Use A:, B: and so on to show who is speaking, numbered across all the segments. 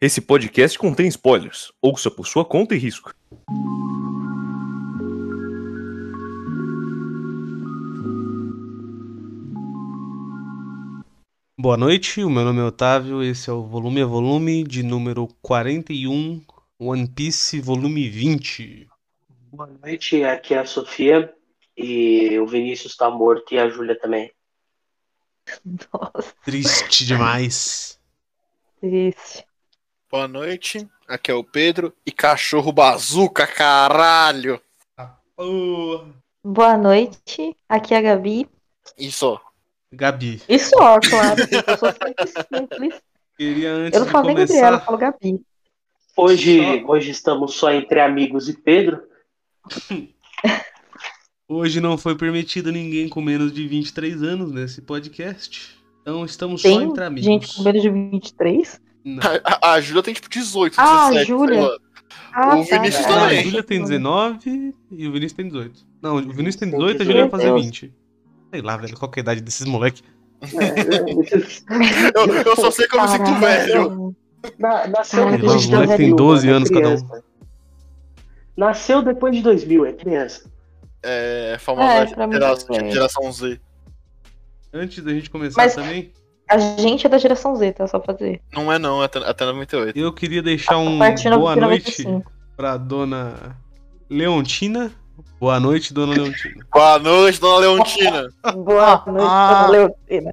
A: Esse podcast contém spoilers. Ouça por sua conta e risco.
B: Boa noite, o meu nome é Otávio, esse é o Volume a Volume de número 41, One Piece Volume 20.
C: Boa noite, aqui é a Sofia e o Vinícius tá morto e a Júlia também.
D: Nossa,
B: Triste demais.
D: triste.
E: Boa noite, aqui é o Pedro e cachorro bazuca, caralho!
D: Boa noite, aqui é a Gabi.
E: E só.
B: Gabi,
D: E só, claro, eu sou sempre simples.
B: queria antes
D: Eu não
B: de
D: falo nem Gabriela, eu
B: começar...
D: falo Gabi.
C: Hoje, hoje estamos só entre amigos e Pedro.
B: Hoje não foi permitido ninguém com menos de 23 anos nesse podcast. Então estamos só
D: Tem
B: entre amigos.
D: gente com menos de 23?
B: Não.
E: A, a- a Júlia tem tipo 18,
D: Ah,
E: 17.
D: Júlia.
E: sei lá.
D: Ah,
E: O Vinícius
B: Não, a
E: também.
B: Júlia tem 19 e o Vinícius tem 18. Não, o Vinícius tem
C: Meu
B: 18 e a Júlia vai fazer
D: Deus.
B: 20. Sei lá, velho, qual que é a idade desses moleque?
E: Eu, eu só sei que eu me sinto velho.
C: Na- nasceu
D: Caramba,
C: depois de
D: o moleque
C: 2000.
D: tem
B: 12
C: é
B: anos cada um.
C: criança. Nasceu depois de 2000, é criança.
E: É,
D: É,
E: famosa
D: pra mim
E: geração,
D: também.
E: geração Z.
B: Antes da gente começar
D: Mas-
B: também,
D: A gente é da geração Z, tá? Só pra dizer.
E: Não é não, é até, até 98.
B: eu queria deixar um
D: Parte de
B: boa noite
D: 95.
B: pra dona Leontina. Boa noite, dona Leontina.
E: Boa noite, dona Leontina.
D: Boa noite, dona Leotina.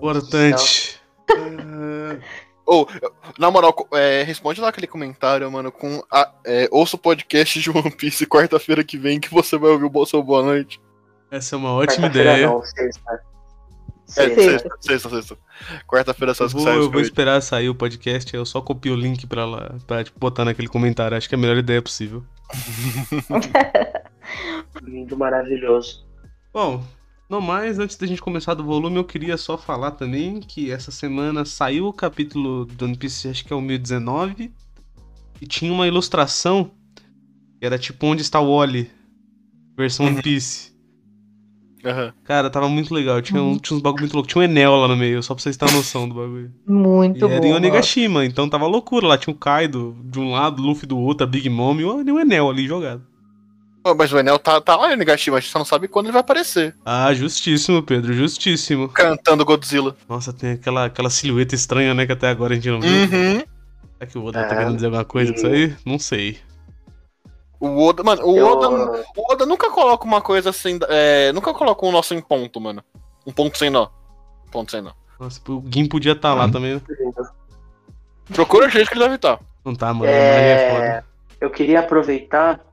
B: Importante. Ah,
E: Ou, na moral, co- é, responde lá aquele comentário, mano, com a, é, ouça o podcast de One Piece quarta-feira que vem que você vai ouvir o bo- seu boa noite.
B: essa é uma ótima
C: Quarta-feira
B: ideia.
C: não, sexta.
E: É,
D: Sexta.
C: Sexta.
E: sexta, sexta, sexta. Quarta-feira só
B: Eu
E: que
B: vou,
E: sai
B: eu
E: os
B: vou esperar sair o podcast, aí eu só copio o link pra, lá, pra tipo, botar naquele comentário. Acho que é a melhor ideia possível.
C: Lindo, maravilhoso.
B: Bom, não mais, antes da gente começar do volume, eu queria só falar também que essa semana saiu o capítulo do One Piece, acho que é o 1019, e tinha uma ilustração que era tipo Onde está o Wally, versão
D: Uhum.
B: One Piece.
E: Aham.
B: Cara, tava muito legal, tinha,
D: Uhum.
B: um- tinha uns bagulho muito louco, tinha um Enel lá no meio, só pra vocês terem uma noção do bagulho. E
D: Muito
B: era em
D: bom.
B: Onigashima, então tava loucura lá, tinha o Kaido de um lado, o Luffy do outro, a Big Mom e o e o Enel ali jogado.
E: Pô, Mas o Enel tá, tá lá em negativo, a gente só não sabe quando ele vai aparecer.
B: Ah, justíssimo, Pedro, justíssimo.
E: Cantando Godzilla.
B: Nossa, tem aquela, aquela silhueta estranha, né, que até agora a gente não viu.
E: Uhum.
B: Será que o Oda
C: É.
B: tá querendo dizer alguma coisa com isso aí? Não sei.
E: O Oda, mano, o
C: Eu-
E: Oda, o Oda nunca coloca uma coisa assim. é, nunca coloca um nosso em ponto, mano. Um ponto sem nó. Um ponto sem nó.
B: Nossa, o Gim podia estar lá também. né?
E: Procura o jeito que ele deve estar.
B: Não tá, mano.
C: É.
B: Aí é foda.
C: Eu queria aproveitar,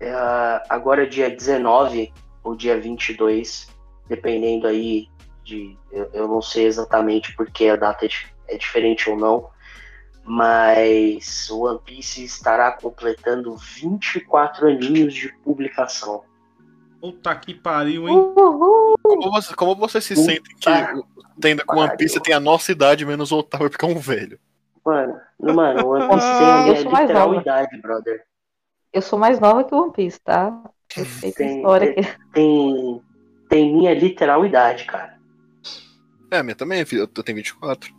C: é, agora é dia 19 ou dia 22, dependendo aí de. Eu, eu não sei exatamente porque a data é, di- é diferente ou não, mas o One Piece estará completando 24 aninhos de publicação.
B: Puta que pariu, hein?
D: Uhul.
E: Como, você, como vocês se
C: Puta
E: sentem que tendo com One Piece tem a nossa idade menos o Otávio porque é um velho?
C: Mano, no- mano, o One Piece
B: Ah,
C: tem
D: eu
C: é
D: sou mais
C: literal
D: nova.
C: idade, brother.
D: Eu sou mais nova que o One Piece, tá? Respeita a
C: Tem-
D: história. que-
C: Tem, tem minha literal idade, cara.
E: É, a minha também, filho. Eu tenho 24.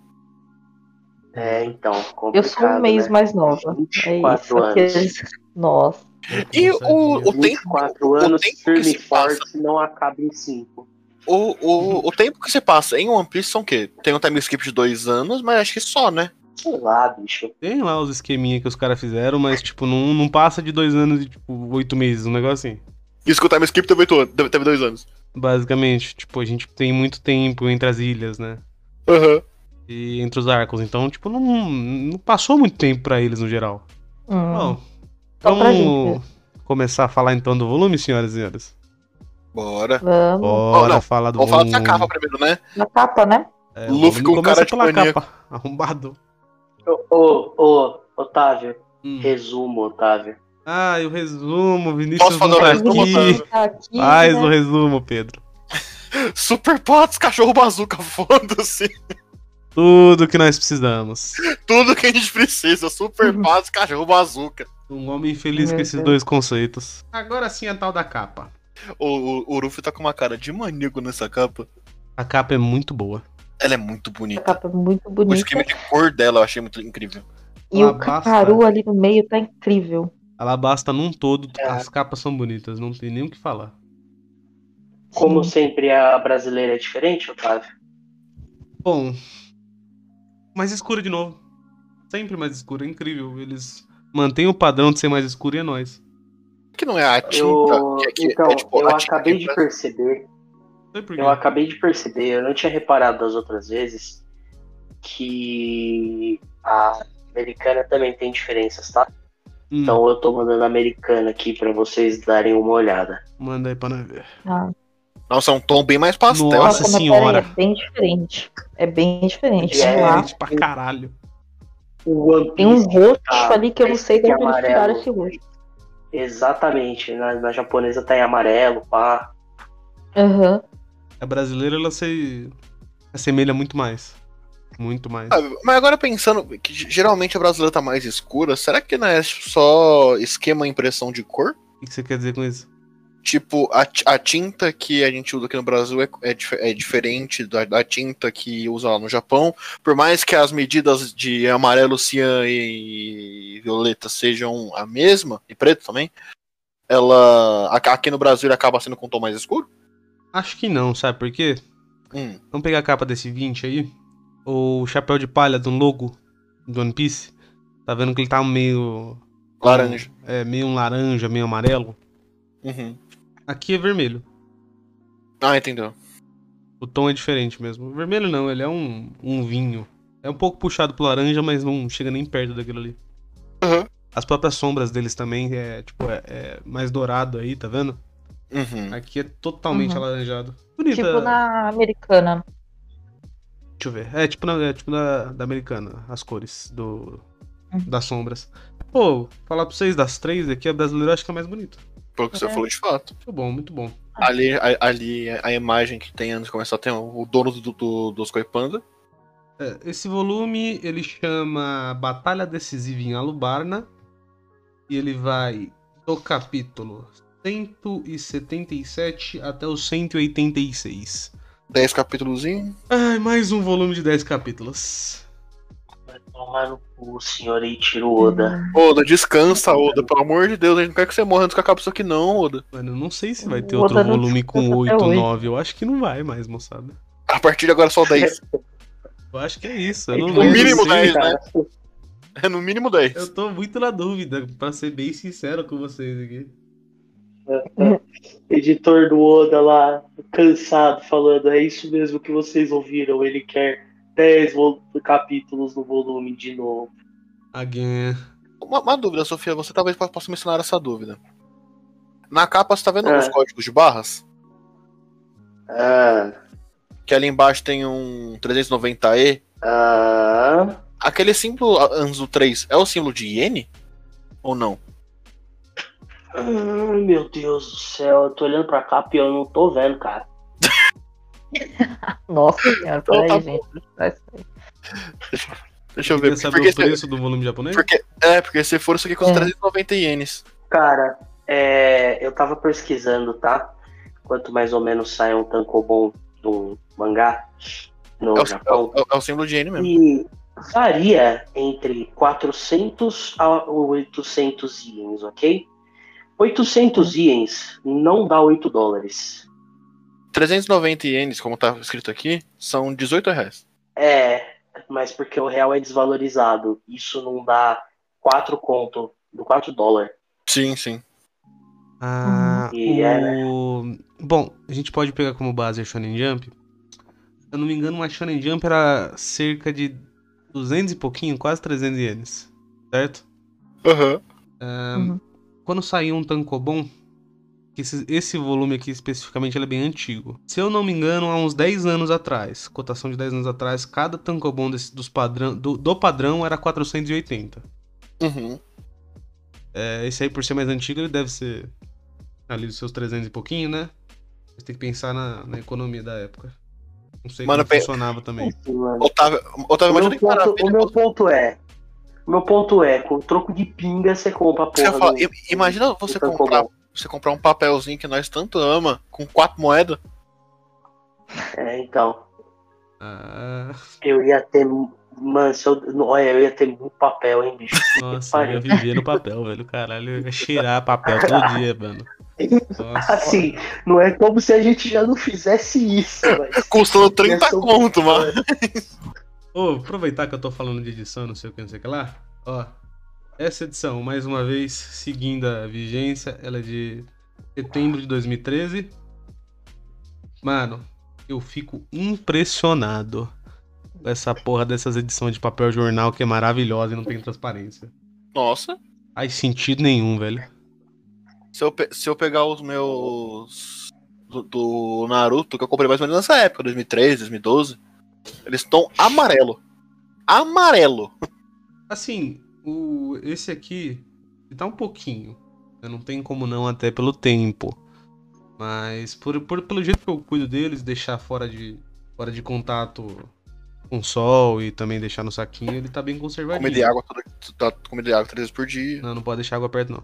C: É, então, complicado,
D: Eu sou um mês
C: né?
D: mais nova. É
C: 24
D: isso.
C: anos.
D: aqueles- Nossa.
E: E o, o tempo.
C: 24
E: o
C: anos,
E: tempo que
C: firme e
E: se passa-
C: forte, não acaba em 5.
E: O, o, o tempo que se passa em One Piece são o quê? Tem um time skip de dois anos, mas acho que só, né?
C: Sei lá, bicho.
B: Tem lá os esqueminha que os caras fizeram, mas, tipo, não, não passa de dois anos e, tipo, oito meses, um negócio assim.
E: Isso que o time skip teve, oito anos, teve- teve dois anos.
B: Basicamente, tipo, a gente tem muito tempo entre as ilhas, né?
E: Aham.
B: E entre os arcos. Então, tipo, não, não passou muito tempo pra eles no geral.
D: Hum.
B: Bom,
D: Só pra
B: vamos começar a falar então do volume, senhoras e senhores.
E: Bora.
D: Vamos.
B: Bora
E: não.
B: falar do
E: Vou falar
C: Hum.
B: volume.
E: dessa capa primeiro, né?
D: Na capa, né?
B: É,
E: Luffy
B: volume
E: com
B: começa
E: cara de
B: pela
E: maníaco.
B: capa. Arrombado.
C: Ô, ô, ô, Otávio,
E: Hum.
C: resumo, Otávio.
B: Ah, e o resumo, Vinícius
E: Posso fazer
B: não
E: o
B: tá
E: resumo,
B: aqui.
E: Otávio?
D: Tá aqui,
B: Faz
D: né?
B: o resumo, Pedro.
E: Super Pots, cachorro bazuca, foda-se.
B: Tudo que nós precisamos.
E: Tudo que a gente precisa. Super
C: Uhum.
E: Pots, cachorro bazuca.
B: Um homem feliz
D: Meu
B: com esses
D: Deus.
B: dois conceitos. Agora sim a tal da capa.
E: O, o, o Ruffy tá com uma cara de maníaco nessa capa.
B: A capa é muito boa.
E: Ela é muito
D: A
C: Tá
E: bonita.
D: capa é muito
E: O
D: bonita.
E: esquema de cor dela eu achei muito incrível.
D: E o
B: Alabasta.
D: Caru ali no meio tá incrível.
B: Ela basta num todo,
C: É.
B: as capas são bonitas, não tem nem o que falar.
C: Como
D: Sim.
C: sempre, a brasileira é diferente, Otávio.
B: Bom, mais escura de novo. Sempre mais escura, é incrível. Eles mantêm o padrão de ser mais escuro e é nóis.
E: Que não é a tinta.
C: Eu,
E: que, que
C: então,
E: é, tipo,
C: eu
E: a Uhum. tinta
C: acabei
E: que
C: de
E: pra-
C: perceber
B: Não sei por quê.
C: Eu acabei de perceber, eu não tinha reparado das outras vezes, que a americana também tem diferenças, tá?
B: Hum,
E: Uhum.
C: Então eu tô mandando a americana aqui pra vocês darem uma olhada.
B: Manda aí pra nós ver.
D: Ah,
E: Nossa, é um tom bem mais pastel. assim,
B: Nossa
D: mas peraí,
B: senhora.
D: É bem diferente. É bem diferente.
C: É.
D: Vamos lá.
B: Diferente pra caralho.
C: O One
D: Tem um
C: Piece,
D: roxo
C: tá,
D: ali que eu não sei de
C: esse
D: onde eles
C: amarelo.
D: tiraram esse roxo.
C: Exatamente, na, na japonesa tá em amarelo, pá.
D: Aham.
B: A brasileira, ela se assemelha muito mais. Muito mais.
E: Sabe, Mas agora pensando que g- geralmente a brasileira tá mais escura, será que não é só esquema impressão de cor?
B: O que que você quer dizer com isso?
E: Tipo, a, ti- a tinta que a gente usa aqui no Brasil é, é dif- é diferente da, da tinta que usa lá no Japão. Por mais que as medidas de amarelo, cian e violeta sejam a mesma, e preto também, ela. a- Aqui no Brasil ele acaba sendo com um tom mais escuro?
B: Acho que não, sabe por quê?
E: Hum.
B: Vamos pegar a capa desse 20 aí. O chapéu de palha do logo do One Piece. Tá vendo que ele tá meio.
E: Laranja.
B: É, meio um laranja, meio amarelo.
E: Uhum.
B: Aqui é vermelho.
E: Ah, entendeu.
B: O tom é diferente mesmo. O vermelho não, ele é um, um vinho. É um pouco puxado pro laranja, mas não chega nem perto daquilo ali.
E: Uhum.
B: As próprias sombras deles também é, tipo, é, é mais dourado aí, tá vendo?
E: Uhum.
B: Aqui é totalmente
D: Uhum.
B: alaranjado. Bonita.
D: Tipo na americana.
B: Deixa eu ver. É tipo, na, é tipo na, da americana, as cores do
D: Uhum.
B: das sombras. Pô, falar pra vocês das três aqui, a brasileira eu acho que é a mais bonita.
E: Pelo que você
D: É.
E: falou de fato.
B: Muito bom, muito bom.
E: Ali, a- ali a imagem que tem antes de começar tem um, o dono do, do, dos Coipanda.
B: É, esse volume ele chama Batalha Decisiva em Alubarna e ele vai do capítulo 177 até o 186.
E: 10 capítulos. em-
B: Ai, mais um volume de 10 capítulos.
C: Vai tomar no cu, senhor Eiichiro Oda.
E: Oda, descansa, Oda. Pelo amor de Deus, a gente não quer que você morra antes que acabe isso aqui, não, Oda.
B: Mano, eu não sei se vai ter
D: O
B: outro
D: Oda não
B: volume com
D: descansa até
B: 8,
D: hoje.
B: 9. Eu acho que não vai mais, moçada.
E: A partir de agora é só 10.
B: Eu acho que é isso. Eu
C: É
B: não
C: tipo,
E: No
B: lembro,
E: mínimo
B: sei.
E: 10, né?
C: cara.
E: É no mínimo 10.
B: Eu tô muito na dúvida, pra ser bem sincero com vocês aqui.
C: Editor do Oda lá, cansado, falando, é isso mesmo que vocês ouviram, ele quer 10 vo- capítulos no volume de novo.
B: Again.
E: Uma, uma dúvida, Sofia, você talvez po- possa mencionar essa dúvida. Na capa, você tá vendo
C: É.
E: os códigos de barras?
C: Ah,
E: Que ali embaixo tem um 390E.
C: ah,
E: Aquele símbolo a- antes do 3 é o símbolo de iene? Ou não?
C: Ai, meu Deus do céu, eu tô olhando pra cá e eu não tô vendo, cara.
D: Hum. Nossa senhora, peraí,
E: tá bom.
D: gente. Vai sair.
E: Deixa eu ver.
B: Quer saber o
E: Porque, se-
B: preço é do volume japonês?
E: porque, é, porque se for isso aqui, custa
D: É.
E: 390 ienes.
C: Cara, é, eu tava pesquisando, tá? Quanto mais ou menos sai um tankobon do mangá no
E: É o,
C: Japão.
E: é o- é o símbolo de N mesmo.
C: E varia entre 400 a 800 iens, ok? 800 iens não dá 8 dólares.
E: 390 ienes, como tá escrito aqui, são 18 reais.
C: É, mas porque o real é desvalorizado. Isso não dá 4 conto, do 4 dólares.
E: Sim, sim.
B: Ah,
C: E é,
B: o... Bom, a gente pode pegar como base a Shonen Jump. Se eu não me engano, uma Shonen Jump era cerca de 200 e pouquinho, quase 300 ienes, certo?
E: Aham.
B: Quando saiu um Tankobon, que esse, esse volume aqui especificamente ele é bem antigo. Se eu não me engano, há uns 10 anos atrás, cotação de 10 anos atrás, cada Tankobon desse, dos padrão, do, do padrão era 480.
E: Uhum.
B: É, Esse aí, por ser mais antigo, ele deve ser ali dos seus 300 e pouquinho, né? Você tem que pensar na, na economia da época. Não sei
E: Mano,
B: como
E: pe-
B: funcionava também.
C: Mano.
E: Otávio, Otávio
C: O
E: imagina
C: meu,
E: que
C: ponto,
E: maravilha.
C: o meu ponto é. O meu ponto é, com troco de pinga você compra a
E: Você
C: porra.
E: fala,
C: do-
E: "I- imagina
C: do
E: você
C: Tankobon."
E: comprar, você comprar um papelzinho que nós tanto ama com quatro moedas.
C: É, então.
B: Ah,
C: Eu ia ter. Mano, se eu, no- olha, eu ia ter muito papel, hein, bicho?
B: nossa, eu ia
C: pariu.
B: viver no papel, velho. Caralho, eu ia cheirar papel todo dia, mano. Nossa.
C: Assim, não é como se a gente já não fizesse isso, mas.
E: Custando 30
C: Essa-
E: conto, mano.
B: Ô, aproveitar que eu tô falando de edição, não sei o que, não sei o que lá. Ó, essa edição, mais uma vez, seguindo a vigência, ela é de setembro de 2013. Mano, eu fico impressionado com essa porra dessas edições de papel jornal que é maravilhosa e não tem transparência.
E: Nossa.
B: Faz sentido nenhum, velho.
E: Se eu, pe- se eu pegar os meus. Do, do Naruto, que eu comprei mais ou menos nessa época, 2013, 2012. Eles estão amarelo. Amarelo.
B: Assim, o esse aqui ele tá um pouquinho. né? Não tem como não, até pelo tempo. Mas por, por- pelo jeito que eu cuido deles, deixar fora de, fora de contato com o sol e também deixar no saquinho, ele tá bem conservadinho.
E: Comida e água toda. Tá, comida e água três vezes por dia.
B: Não, não pode deixar água perto, não.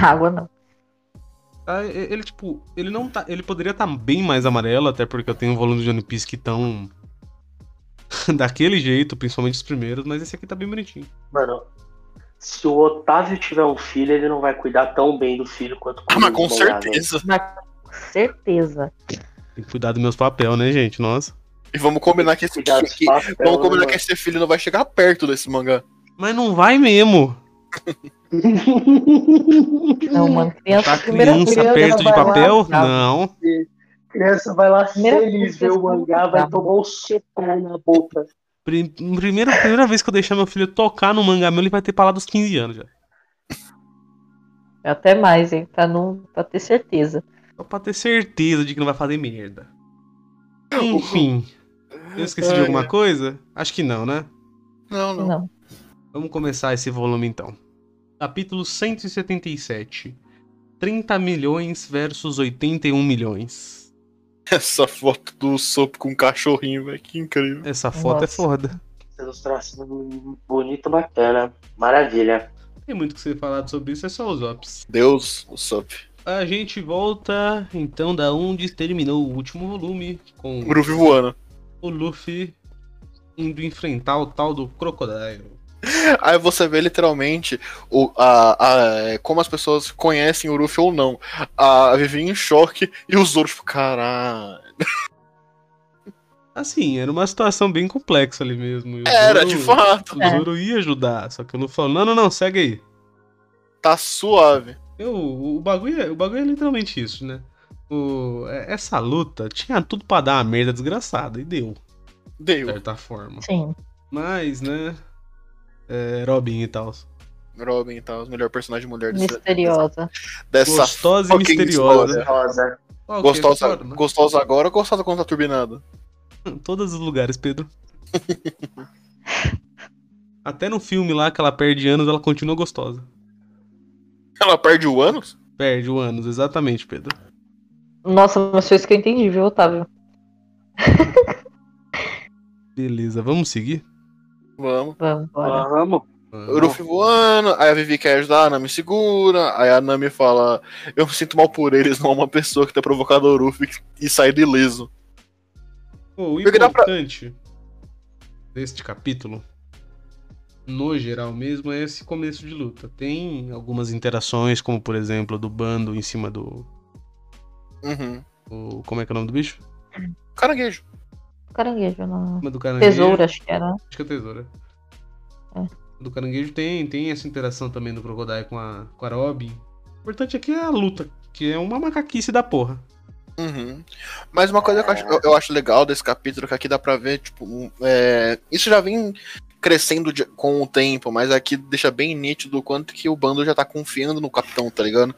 D: Água não.
B: Tá, e- ele, tipo, ele não tá. Ele poderia estar bem mais amarelo, até porque eu tenho volumes de One Piece que tão. daquele jeito, principalmente os primeiros, mas esse aqui tá bem bonitinho.
C: Mano, se o Otávio tiver um filho, ele não vai cuidar tão bem do filho quanto
E: Ah, mas com
C: do Mangá, né?
E: certeza.
D: Certeza.
B: Tem que cuidar dos meus papel, né, gente? Nossa.
E: E vamos combinar que esse.
C: Cuidar dos
E: que-
C: papéis,
E: Vamos combinar
C: né,
E: que é esse filho não vai chegar perto desse mangá.
B: Mas não vai mesmo.
C: mano?
D: Não, mano. Criança,
B: Tá
D: primeira
B: criança
D: criança
B: perto de
D: vai lá,
B: papel?
D: tá?
B: Não.
C: criança vai lá
D: Primeira
C: feliz
D: coisa
C: ver
D: que
C: o mangá,
D: eu
C: vai
D: vou é
C: tomar um sopão na boca.
B: Pri- Primeira, primeira vez que eu deixar meu filho tocar no mangá meu, ele vai ter pra lá dos 15 anos já.
D: Até mais, hein? Pra, não, pra ter certeza.
B: Só pra ter certeza de que não vai fazer merda. Enfim. Eu esqueci de alguma coisa? Acho que não, né?
E: Não, não.
D: Não.
B: Vamos começar esse volume então. Capítulo 177. 30 milhões versus 81 milhões.
E: Essa foto do sopro com um cachorrinho, velho. Que incrível.
B: Essa foto é
D: Nossa.
B: foda.
C: Essa Ilustração bonita, bacana. Maravilha.
B: Tem muito o que ser falado sobre isso, é só os ops.
E: Deus, o sop.
B: A gente volta então da onde terminou o último volume com
E: Um Groove voando.
B: o Luffy indo enfrentar o tal do Crocodile.
E: Aí você vê literalmente o, a, a- como as pessoas conhecem o Luffy ou não. A Vivi em choque e os outros, tipo, caralho.
B: Assim, era uma situação bem complexa ali mesmo. E o
E: Era,
B: Zoro-
E: de fato.
B: O Zoro ia ajudar, só que o Luffy falou: não, não, não, segue aí.
E: Tá suave.
B: Eu, o, bagulho é, o bagulho é literalmente isso, né? O- é- essa luta tinha tudo pra dar uma merda desgraçada, e deu, de
E: Deu.
B: certa forma.
D: Sim.
B: Mas, né? É, Robin e tal.
E: Robin e tal, os melhor personagem mulher desse-
D: Misteriosa.
E: dessa
B: Gostosa e
E: fucking
B: misteriosa.
E: história.
C: Rosa.
B: Qual que é a
E: Gostosa,
B: forma?
E: gostosa agora ou gostosa quando tá turbinada?
B: Todos os lugares, Pedro. Até no filme lá que ela perde anos, ela continua gostosa.
E: Ela perde o ânus?
B: Perde o anos, exatamente, Pedro.
D: Nossa, mas foi isso que eu entendi, viu, Otávio?
B: Beleza, vamos seguir?
E: Vamos.
D: Vamos embora.
C: Vamos.
E: O Luffy voando, aí a Vivi quer ajudar, a Nami segura, aí a Nami fala: Eu me sinto mal por eles, não é uma pessoa que tá provocado o Luffy e saído ileso.
B: Pô, o
E: Porque dá pra-
B: importante deste capítulo, no geral mesmo, é esse começo de luta. Tem algumas interações, como por exemplo, do bando em cima do.
E: Uhum.
B: o- como é que é o nome do bicho?
E: Caranguejo.
D: Caranguejo, não.
B: Em cima do caranguejo.
D: Tesoura, acho que era.
B: Acho que é tesoura. Do caranguejo tem, tem essa interação também do Crocodile com a, com a Robin. O importante aqui é a luta, que é uma macaquice da porra.
E: Uhum. Mas uma coisa que eu acho, eu- eu acho legal desse capítulo, que aqui dá pra ver, tipo, um, é, isso já vem crescendo de- com o tempo, mas aqui deixa bem nítido o quanto que o bando já tá confiando no capitão, tá ligado?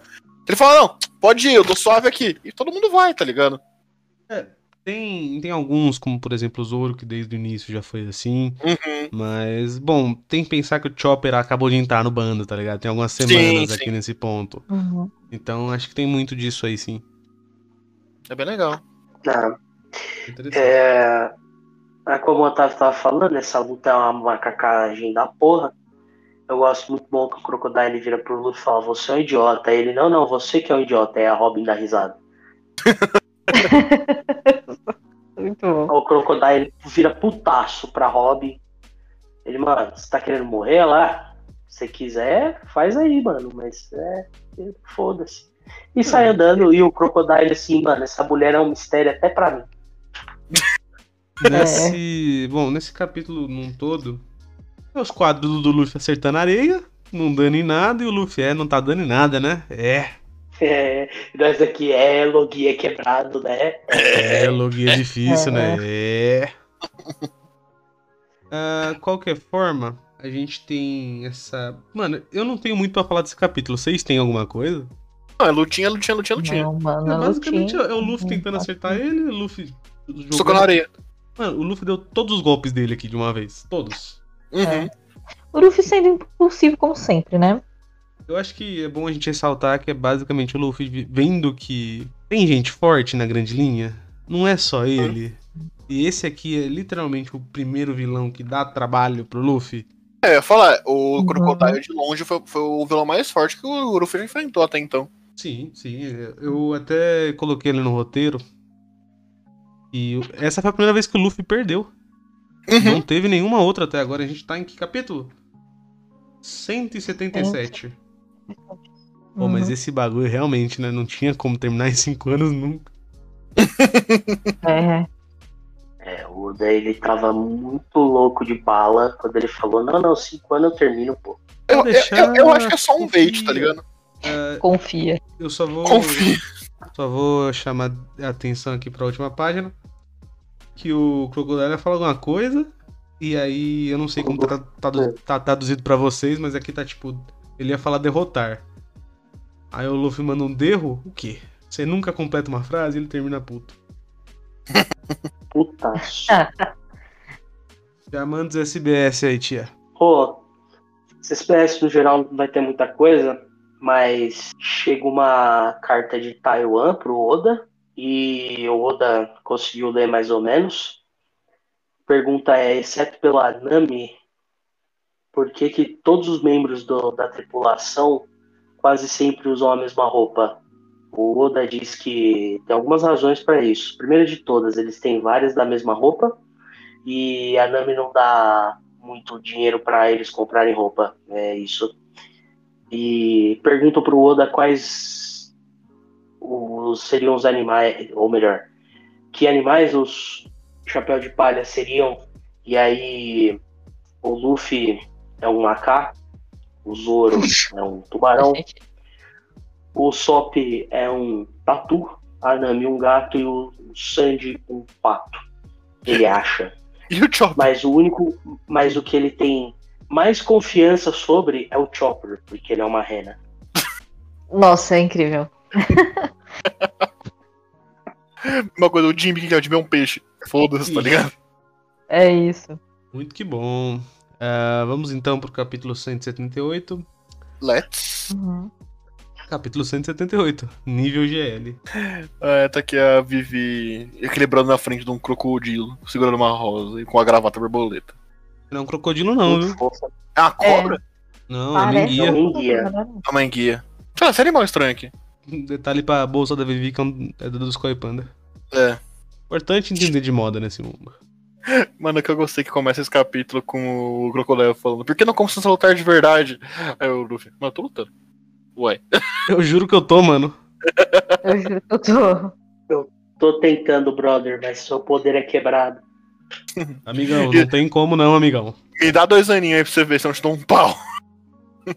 E: Ele fala, não, pode ir, eu tô suave aqui. E todo mundo vai, tá ligado?
B: Tem, tem alguns, como por exemplo o Zoro, que desde o início já foi assim.
E: Uhum.
B: Mas, bom, tem que pensar que o Chopper acabou de entrar no bando, tá ligado? Tem algumas
E: Sim,
B: semanas
E: sim.
B: aqui nesse ponto.
D: Uhum.
B: Então acho que tem muito disso aí, sim.
E: É bem legal.
C: Tá.
B: Interessante.
C: É, é como o Otávio tava falando, essa luta é uma macacagem da porra. Eu gosto muito bom que o Crocodile vira pro Luffy e fala, você é um idiota. Aí ele, não, não, você que é um idiota, é a Robin da risada.
D: muito bom.
C: O Crocodile vira putaço pra Robin. Ele, mano, você tá querendo morrer lá? Se quiser, faz aí, mano. Mas é. Foda-se. E sai andando e o Crocodile assim, mano, essa mulher é um mistério até pra mim.
D: É.
B: Nesse. Bom, nesse capítulo num todo, é os quadros do Luffy acertando a areia, não dando em nada, e o Luffy é, não tá dando em nada, né? É.
C: É, nós aqui é logia quebrado, né?
B: É, logia é difícil, né?
D: É.
B: É. Ah, qualquer forma, a gente tem essa. Mano, eu não tenho muito pra falar desse capítulo. Vocês têm alguma coisa?
E: Não, é lutinha, lutinha, lutinha, lutinha.
D: Não, mano,
B: É,
D: eu não
B: basicamente
D: tinha. um
B: é o Luffy tentando acertar ele, o Luffy.
E: Soco na
B: Jogando...
E: areia.
B: Mano, o Luffy deu todos os golpes dele aqui de uma vez. Todos.
E: Uhum.
D: O Luffy sendo impulsivo como sempre, né?
B: Eu acho que é bom a gente ressaltar que é basicamente o Luffy vi- vendo que tem gente forte na grande linha, não é só ele. E esse aqui é literalmente o primeiro vilão que dá trabalho pro Luffy.
E: É, eu ia falar, o
D: Uhum.
E: Crocodile de longe foi, foi o vilão mais forte que o Luffy já enfrentou até então.
B: Sim, sim. é, Eu até coloquei ele no roteiro. E essa foi a primeira vez que o Luffy perdeu.
E: Uhum.
B: Não teve nenhuma outra até agora. A gente tá em que capítulo? 177. Pô,
D: Uhum.
B: mas esse bagulho realmente, né? Não tinha como terminar em 5 anos nunca.
D: É,
C: É, o Oda ele tava muito louco de bala quando ele falou: Não, não, cinco anos eu termino, pô.
E: Eu,
B: Vou deixar
E: eu- eu acho que é só um bait,
B: confia.
E: tá ligado?
D: confia.
B: Eu só vou.
E: Confia.
B: Só vou chamar a atenção aqui pra última página. Que o Crocodile fala alguma coisa. E aí, eu não sei como tá, tá, tá traduzido pra vocês, mas aqui tá tipo. Ele ia falar derrotar. Aí o Luffy manda um derro? O quê? Você nunca completa uma frase ele termina puto.
C: Puta.
B: Já manda os SBS aí, tia.
C: Pô, esses PS no geral não vai ter muita coisa, mas chega uma carta de Taiwan pro Oda e o Oda conseguiu ler mais ou menos. Pergunta é, exceto pela Nami, por que que todos os membros do- da tripulação quase sempre usam a mesma roupa? O Oda diz que tem algumas razões para isso. Primeiro de todas, eles têm várias da mesma roupa e a Nami não dá muito dinheiro para eles comprarem roupa, é isso. E pergunto pro Oda quais os, seriam os animais, ou melhor, que animais os chapéu de palha seriam. E aí o Luffy é um macaco, o Zoro é um tubarão, o Sop é um tatu, a Nami um gato e o Sandy um pato. Ele acha
E: E o Chopper.
C: mas o único, mas o que ele tem mais confiança sobre é o Chopper, porque ele é uma rena.
D: Nossa, é incrível.
E: Uma coisa, o Jimmy, que é o Jimmy é um peixe. Foda-se, tá ligado?
D: É isso.
B: Muito que bom. Ah, vamos então pro capítulo 178.
E: Let's.
D: Uhum.
B: Capítulo 178. Nível GL.
E: É, tá aqui a Vivi equilibrando na frente de um crocodilo, segurando uma rosa e com a gravata borboleta.
B: Não é um crocodilo, não, viu?
C: Muito fofo.
E: É uma cobra?
B: Não, é nem guia.
C: um enguia.
E: É. Uma enguia. Ah, esse animal estranho aqui.
B: Um Detalhe pra bolsa da Vivi, que é um- é do- dos Koi Panda.
E: É.
B: Importante entender de moda nesse mundo.
E: Mano, é que eu gostei que começa esse capítulo com o Crocodile falando, por que não começamos a lutar de verdade? Aí o Luffy, mas eu tô lutando. Ué.
B: Eu juro que eu tô, mano.
D: Eu juro que eu tô.
C: Tô tentando, brother, mas seu poder é quebrado.
B: Amigão, não tem como não, amigão.
E: Me dá dois aninhos aí pra você ver se eu não te dou um pau.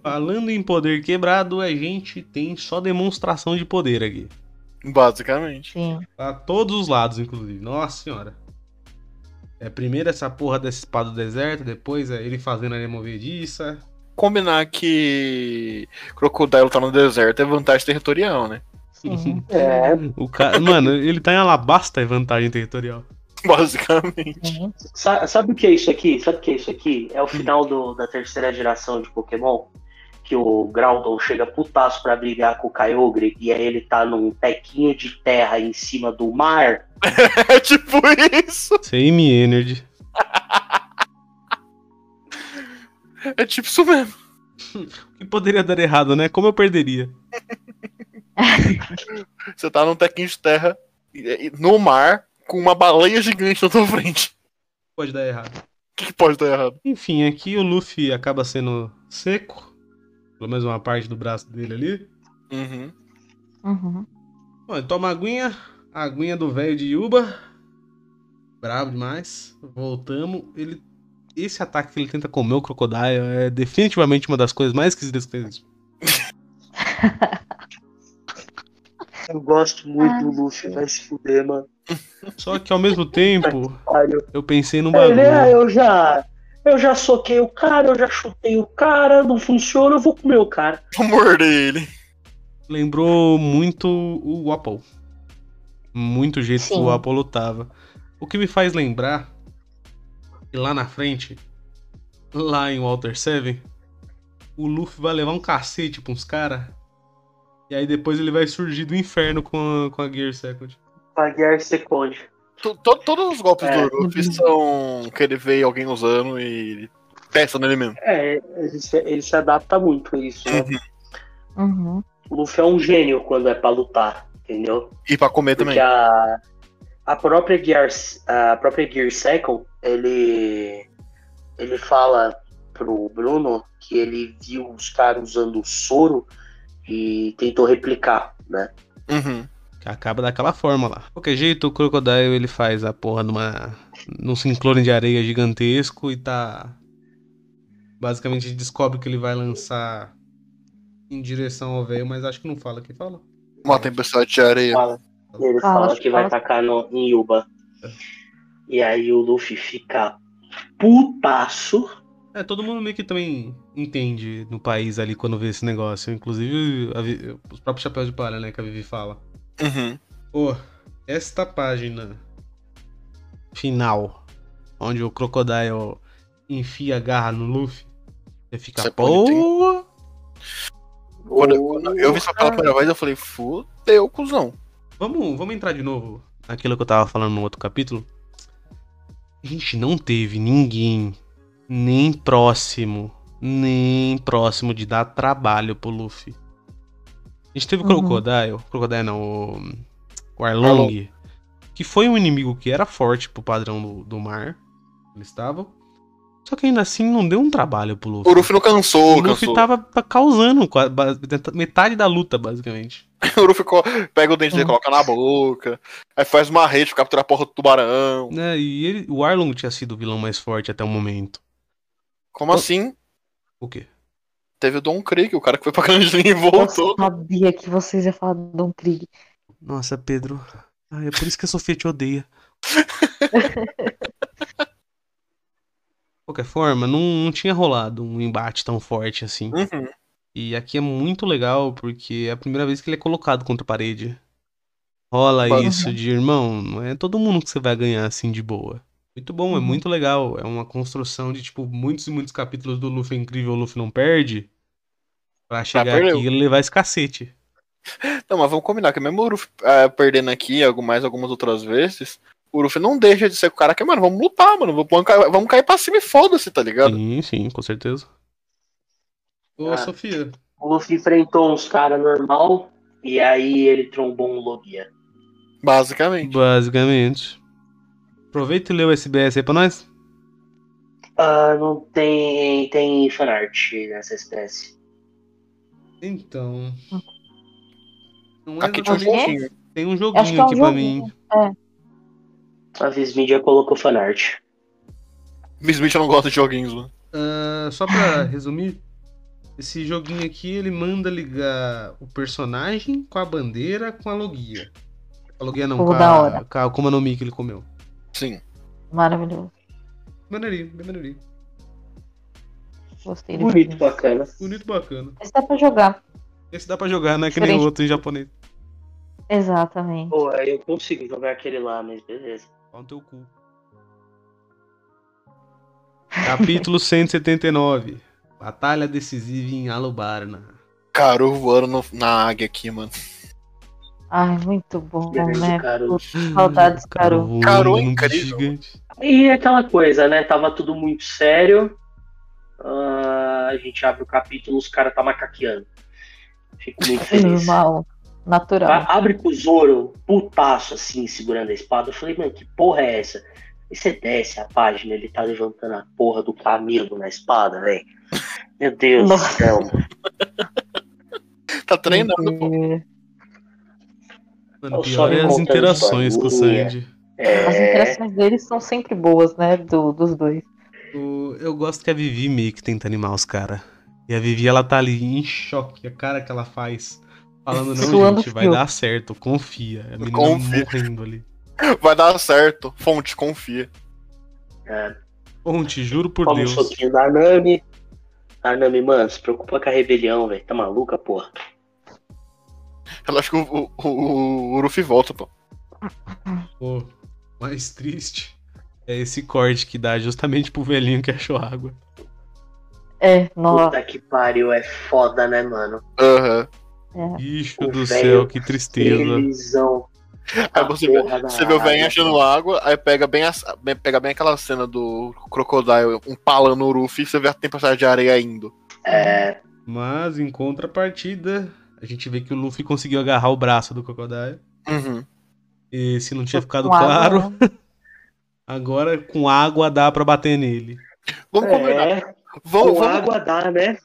B: Falando em poder quebrado, a gente tem só demonstração de poder aqui.
E: Basicamente.
D: Sim.
B: Pra todos os lados, inclusive. Nossa senhora. É primeiro essa porra dessa espada do deserto, depois é ele fazendo a removediça.
E: Combinar que Crocodile tá no deserto é vantagem territorial, né?
D: Sim.
C: É,
B: O cara, mano, ele tá em alabasta é vantagem territorial.
E: Basicamente.
D: sim.
C: sa- sabe o que é isso aqui? Sabe o que é isso aqui? É o final do- da terceira geração de Pokémon. Que o Groudon chega putaço pra brigar com o Kyogre e aí ele tá num tequinho de terra em cima do mar.
E: É tipo isso.
B: Same energy.
E: É tipo isso mesmo.
B: O que poderia dar errado, né? Como eu perderia?
E: Você tá num tequinho de terra e- e- no mar com uma baleia gigante na tua frente.
B: Pode dar errado.
E: O que, que pode dar errado?
B: Enfim, aqui o Luffy acaba sendo seco. Pelo menos uma parte do braço dele ali.
E: Uhum.
D: Uhum.
B: Bom, ele toma aguinha. A aguinha do velho de Yuba. Bravo demais. Voltamos. Ele. Esse ataque que ele tenta comer o crocodilo é definitivamente uma das coisas mais esquisitas que tem.
C: Eu gosto muito do Luffy, vai se fuder, mano.
B: Só que ao mesmo tempo,
C: Olha,
B: eu pensei num
C: ele, ah,
B: bagulho.
C: eu já. Eu já soquei o cara, eu já chutei o cara, não funciona, eu vou comer o cara.
E: Vou morder ele.
B: Lembrou muito o Apple. Muito o jeito que
D: Sim.
B: o Apple lutava. O que me faz lembrar que lá na frente, lá em Walter Seven, o Luffy vai levar um cacete pra uns caras. E aí depois ele vai surgir do inferno com a, com a Gear Second.
C: Paguear Seconde.
E: To- to- todos os golpes
C: É.
E: do Luffy são que ele vê alguém usando e ele testa nele mesmo.
C: É, ele se, ele se adapta muito a isso, né?
D: Uhum.
C: O Luffy é um gênio quando é pra lutar, entendeu?
E: E pra comer
C: Porque
E: também.
C: a, a própria Gear, a própria Gear Second, ele, ele fala pro Bruno que ele viu os caras usando o soro e tentou replicar, né?
E: Uhum.
B: Que acaba daquela forma lá. De qualquer jeito, o Crocodile ele faz a porra numa. num sinclone de areia gigantesco e tá. Basicamente descobre que ele vai lançar em direção ao velho, mas acho que não fala quem fala.
E: Uma tempestade de areia.
C: Fala- Ele
D: Fala,
C: fala que vai
D: fala.
C: tacar no, em Yuba. E aí o Luffy fica putaço.
B: É, todo mundo meio que também entende no país ali quando vê esse negócio. Inclusive a Vi- os próprios chapéus de palha, né, que a Vivi fala.
E: Uhum.
B: Pô, esta página final, onde o Crocodile enfia a garra no Luffy, você
E: Isso
B: fica
E: é bonito, hein?
B: boa.
E: Quando, quando eu vi isso pela primeira vez, eu falei, fudeu, cuzão.
B: Vamos, vamos entrar de novo naquilo que eu tava falando no outro capítulo. A gente não teve ninguém, nem próximo, nem próximo de dar trabalho pro Luffy. A gente teve o
D: Uhum.
B: Crocodile, Crocodile não, o, o Arlong,
E: Arlong.
B: que foi um inimigo que era forte pro padrão do, do mar, eles estavam. Só que ainda assim não deu um trabalho pro Luffy.
E: O Luffy não cansou,
B: O Luffy
E: cansou.
B: tava causando qua- ba- metade da luta, basicamente.
E: O Luffy co- pega o dente
B: Hum.
E: dele, coloca na boca. Aí faz uma rede pra capturar a porra do tubarão.
B: né? E ele, o Arlong tinha sido o vilão mais forte até o momento.
E: Como assim?
B: Hum. O quê?
E: Teve o Don Krieg, o cara que foi pra Grande Linha e voltou.
D: Eu sabia que vocês iam falar do Don Krieg.
B: Nossa, Pedro. Ah, é por isso que a Sofia te odeia. De qualquer forma, não, não tinha rolado um embate tão forte assim.
E: Uhum.
B: E aqui é muito legal porque é a primeira vez que ele é colocado contra a parede. Rola
E: Uhum.
B: isso de irmão, não é todo mundo que você vai ganhar assim de boa. Muito bom, é
D: Uhum.
B: muito legal. É uma construção de, tipo, muitos e muitos capítulos do Luffy é Incrível, Luffy não perde. Pra chegar
E: perdeu.
B: aqui e levar esse cacete.
E: Não, mas vamos combinar que mesmo o Luffy ah, perdendo aqui algo- mais algumas outras vezes, o Luffy não deixa de ser o cara que, mano, vamos lutar, mano. Vamos cair, vamos cair pra cima e foda-se, tá ligado?
B: Sim, sim, com certeza. Ô,
C: Ah.
B: Sofia.
C: O Luffy enfrentou uns caras normal e aí ele trombou um Logia.
E: Basicamente.
B: Basicamente. Aproveita e lê o SBS aí pra nós.
C: Ah, não tem, tem fanart nessa espécie.
B: Então. Não é
E: Aqui tinha um
B: exatamente-
D: exatamente.
E: pontinho.
B: Tem um
D: Acho que
B: joguinho
D: é um
B: aqui pra
D: joguinho.
B: mim.
C: A Viz Media colocou fanart.
E: Miss Smith não gosta de joguinhos, mano.
B: Ah, só pra resumir, esse joguinho aqui ele manda ligar o personagem com a bandeira com a logia. A logia não,
D: Pô,
B: com
D: da
B: a,
D: hora.
B: com a Akuma no Mi que ele comeu.
E: Sim.
D: Maravilhoso.
B: Maneirinho, bem maneirinho.
D: Gostei. do
C: Bonito,
D: joguinho.
C: bacana.
B: Bonito, bacana.
D: Mas dá pra jogar.
B: Esse dá pra jogar, né? Que nem o
D: Diferente.
B: outro em japonês.
D: Exatamente.
C: Pô, eu consigo jogar aquele lá, mas beleza.
B: Pau no teu cu. Capítulo 179. Batalha decisiva em Alubarna.
E: Caru voando no- na águia aqui, mano.
D: Ai, muito bom,
C: Beleza,
D: né?
C: cara.
D: Puta, Saudades, Caru.
B: voando
E: Caru é
B: num
E: incrível.
B: gigante.
C: E aquela coisa, né? Tava tudo muito sério. Ah, a gente abre o capítulo, os caras tá macaqueando. Fico muito feliz.
D: Normal. natural.
C: A- Abre com o Zoro, putaço assim, segurando a espada. Eu falei, mano, que porra é essa? E você desce a página, ele tá levantando a porra do Camilo na espada, velho. Meu Deus do
D: Nossa.
C: céu.
E: Tá treinando, pô.
D: E
B: Mano,
C: Eu
B: pior
C: só
B: é
C: me
B: as
C: contando
B: interações com o
C: bagulho, é.
B: Sandy.
D: As
C: É,
D: interações deles são sempre boas, né? do- dos dois.
B: O- Eu gosto que a Vivi meio que tenta animar os caras. E a Vivi, ela tá ali em choque, a cara que ela faz. Falando, não,
D: Suando
B: gente, vai
D: frio.
B: dar certo, confia. A menina
E: Confia.
B: morrendo ali.
E: Vai dar certo. Fonte, confia.
B: Ponte, juro por
C: ah, toma um
B: Deus.
C: soquinho da Nami. A Nami, mano, se preocupa com a rebelião, velho. Tá maluca, porra?
E: Ela acha que o, o, o Urufi volta, pô.
B: Pô, mais triste é esse corte que dá justamente pro velhinho que achou água.
D: É, nossa.
C: Puta que pariu, é foda, né, mano?
E: Aham.
B: Bicho
C: O
B: do
C: velho
B: céu, que tristeza.
C: Felizão.
E: Aí
C: A
E: você vê,
C: porra da
E: você vê o velho
C: água.
E: enchendo água, aí pega bem, as- bem- pega bem aquela cena do Crocodile empalando o Urufi e você vê a tempestade de areia indo.
C: É,
B: Mas, em contrapartida, a gente vê que o Luffy conseguiu agarrar o braço do Crocodile.
E: Uhum.
B: E se não tinha ficado
D: com água,
B: claro,
D: né?
B: agora com água dá pra bater nele.
E: Vamos combinar.
C: é,
E: Vamos,
C: com
E: vamos,
C: água dá, né?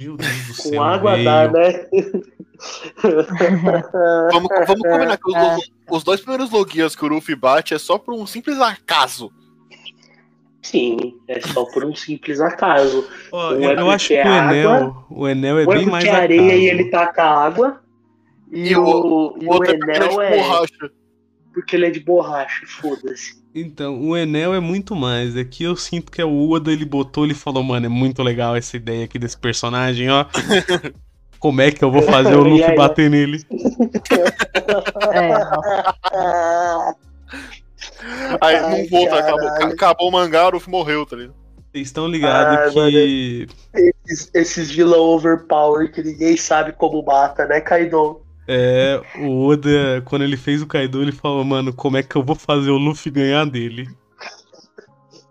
B: Meu Deus do céu.
C: Com água
B: velho.
C: dá, né?
E: vamos, vamos combinar que os,
C: É,
E: os- os dois primeiros logias que o Urufi bate é só por um simples acaso.
C: Sim, é só por um simples acaso.
B: Ó,
C: O
B: eu, eu
C: Epic
B: acho que
C: é
B: o
C: água,
B: Enel, o Enel é
C: o
B: bem
C: Eco
B: mais
C: que é areia
B: acaso.
C: e ele taca água. E,
E: E
C: o, e
E: O
C: o
E: outro é
C: Enel
E: de
C: é
E: borracha.
C: porque ele é de borracha, foda-se.
B: Então, o Enel é muito mais. Aqui eu sinto que é o Oda, ele botou, ele falou, mano, é muito legal essa ideia aqui desse personagem, ó. Como é que eu vou fazer o
C: E
B: Luffy
C: aí?
B: bater nele?
D: É, nossa.
C: Ah,
E: Aí
C: Ai,
E: não volta, acabou,
C: caralho.
E: acabou o mangá, o Urufi morreu, tá ligado?
B: Vocês estão ligados
C: Ah,
B: que.
C: Esses, esses vilão overpower que ninguém sabe como mata, né, Kaido?
B: É, o Oda, quando ele fez o Kaido, ele falou, mano, como é que eu vou fazer o Luffy ganhar dele?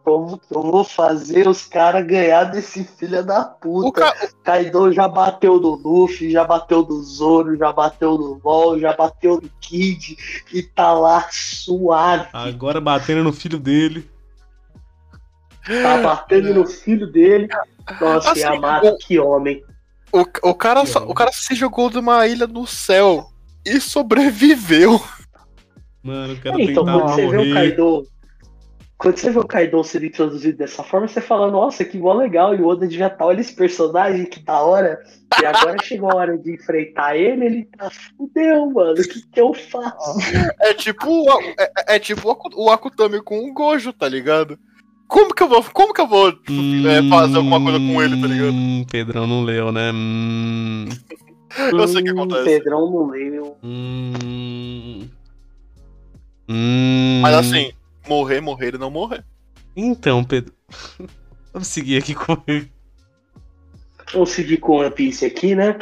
C: Como que eu vou fazer os caras ganhar desse filho da
E: O,
C: puta?
E: ca,
C: Kaido já bateu no Luffy, já bateu no Zoro, já bateu no LOL, já bateu no Kid e tá lá suave.
B: Agora batendo no filho dele.
C: Tá batendo no filho dele. Nossa,
E: Ah. Assim,
C: Yamato, que homem.
E: O, ca- o, cara só-
B: Não.
E: o cara se jogou de uma ilha no céu e sobreviveu.
B: Mano, eu quero
C: É, Então,
B: tentar
C: quando você vê o
B: morrer.
C: Kaido. Quando você vê o Kaido sendo introduzido dessa forma, você fala, nossa, que mó legal, e o Oda devia estar, olha esse personagem, que da hora. E agora chegou a hora de enfrentar ele, ele tá, fudeu, mano, o que que eu faço?
E: É tipo, o A- é, é tipo o Aku- o Akutami com o Gojo, tá ligado? Como que eu vou, como que eu vou é, fazer alguma coisa com ele, tá ligado?
B: Hum, Pedrão não leu, né? Hum.
E: Eu sei o que
C: Hum,
E: acontece.
C: Pedrão não leu.
B: Hum.
E: Mas assim, morrer, morrer e não morrer.
B: Então, Pedro. Vamos seguir aqui com ele.
C: Vamos seguir com o One Piece aqui, né?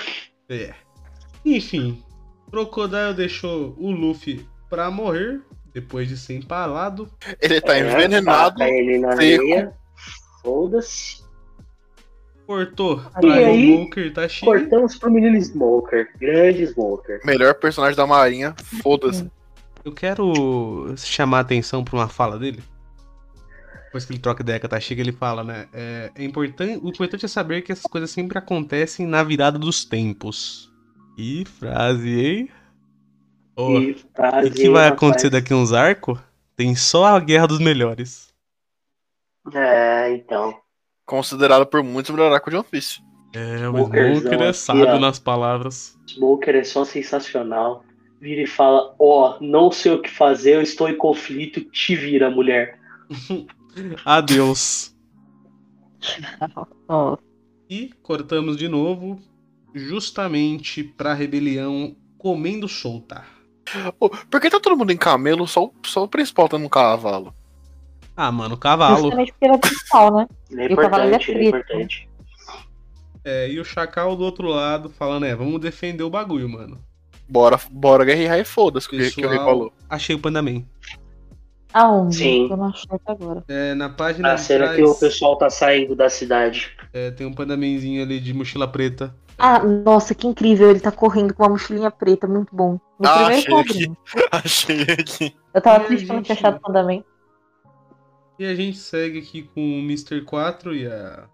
B: Enfim, Crocodile deixou o Luffy pra morrer depois de ser empalado.
E: Ele tá
C: É,
E: envenenado.
C: taca ele na
E: seco.
C: areia. Foda-se.
B: Cortou.
D: E
B: Aí
C: aí?
B: o Walker tá cheio.
C: Cortamos pro menino Smoker, grande Smoker.
E: Melhor personagem da Marinha, foda-se.
B: Eu quero chamar a atenção pra uma fala dele. Depois que ele troca ideia com a Tashiga, ele fala, né? É, é importan- o importante é saber que essas coisas sempre acontecem na virada dos tempos. E frase, hein? Ó,
C: E frase,
B: o que vai
C: rapaz.
B: acontecer daqui uns arcos? Tem só a guerra dos melhores.
C: É, então.
E: Considerado por muitos o melhor arco de One Piece.
B: É, o
C: o Smokerzão
B: Smoker
C: Smoker
B: é
C: é sábio aqui, ó.
B: nas palavras.
C: Smoker é só sensacional. Vira e fala: Ó, não sei o que fazer, eu estou em conflito, te vira, mulher.
B: Adeus.
D: nossa.
B: E cortamos de novo, justamente pra rebelião comendo solta.
E: Pô, por que tá todo mundo em camelo? Só, o- só o principal tá num cavalo.
B: Ah, mano, cavalo.
D: Justamente porque ele é principal, né?
C: Ele é
D: E o cavalo
C: importante, ele é
D: é preto.
C: importante.
B: É, e o Chacal do outro lado falando, é, vamos defender o bagulho, mano.
E: Bora, bora guerrear e foda-se, que, que o Rei
B: Pessoal.
E: falou.
B: Achei o Pandaman.
D: Aonde?
C: Sim.
D: Eu não achei até agora.
B: É, na página
C: A
B: de
C: cena
B: trás,
C: Ah, que o pessoal tá saindo da cidade.
B: é, tem um pandamenzinho ali de mochila preta.
D: Ah, nossa, que incrível. Ele tá correndo com uma mochilinha preta, muito bom. No
E: Ah,
D: primeiro
E: achei aqui.
D: quadrinho.
E: Achei aqui.
D: Eu tava
B: Ai,
D: triste que eu não tinha
B: gente.
D: achado também.
B: E a gente segue aqui com o Mr. 4 e a.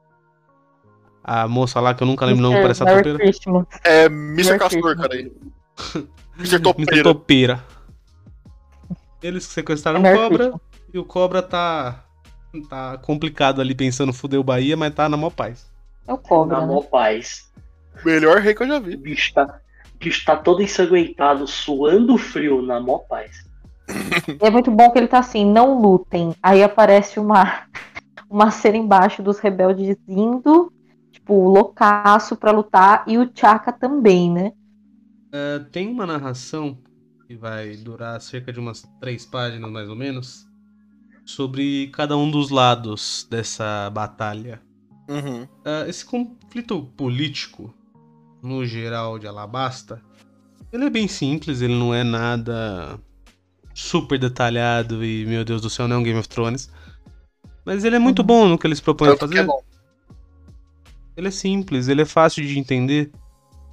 B: A moça lá que eu nunca lembro Tá o
C: É,
B: nome, parece a
D: É, Merry
B: topeira.
D: Christmas.
E: É Mr.
D: Merry
E: Castor,
D: Christmas.
E: cara. Mr.
B: Mr.
E: Topeira.
B: Topeira. Eles que sequestraram
C: É
D: Merry
B: o Cobra
D: Christmas.
B: e o Cobra tá. Tá complicado ali pensando fuder o Bahia, mas tá na mó paz.
D: É o cobra,
C: Na
D: né?
C: mó paz.
E: Melhor rei que eu já vi.
C: O bicho tá, o bicho tá todo ensanguentado, suando frio, na mó paz.
D: E é muito bom que ele tá assim, não lutem. Aí aparece uma, uma cena embaixo dos rebeldes indo, tipo, loucaço pra lutar, e o Chaka também, né?
B: É, tem uma narração que vai durar cerca de umas três páginas, mais ou menos, sobre cada um dos lados dessa batalha.
E: Uhum.
B: Ah, esse conflito político, no geral, de Alabasta, ele é bem simples, ele não é nada super detalhado e, meu Deus do céu, não é um Game of Thrones. Mas ele é muito bom no que eles propõem
E: Uhum. Tanto que é
B: fazer.
E: bom.
B: Ele é simples, ele é fácil de entender.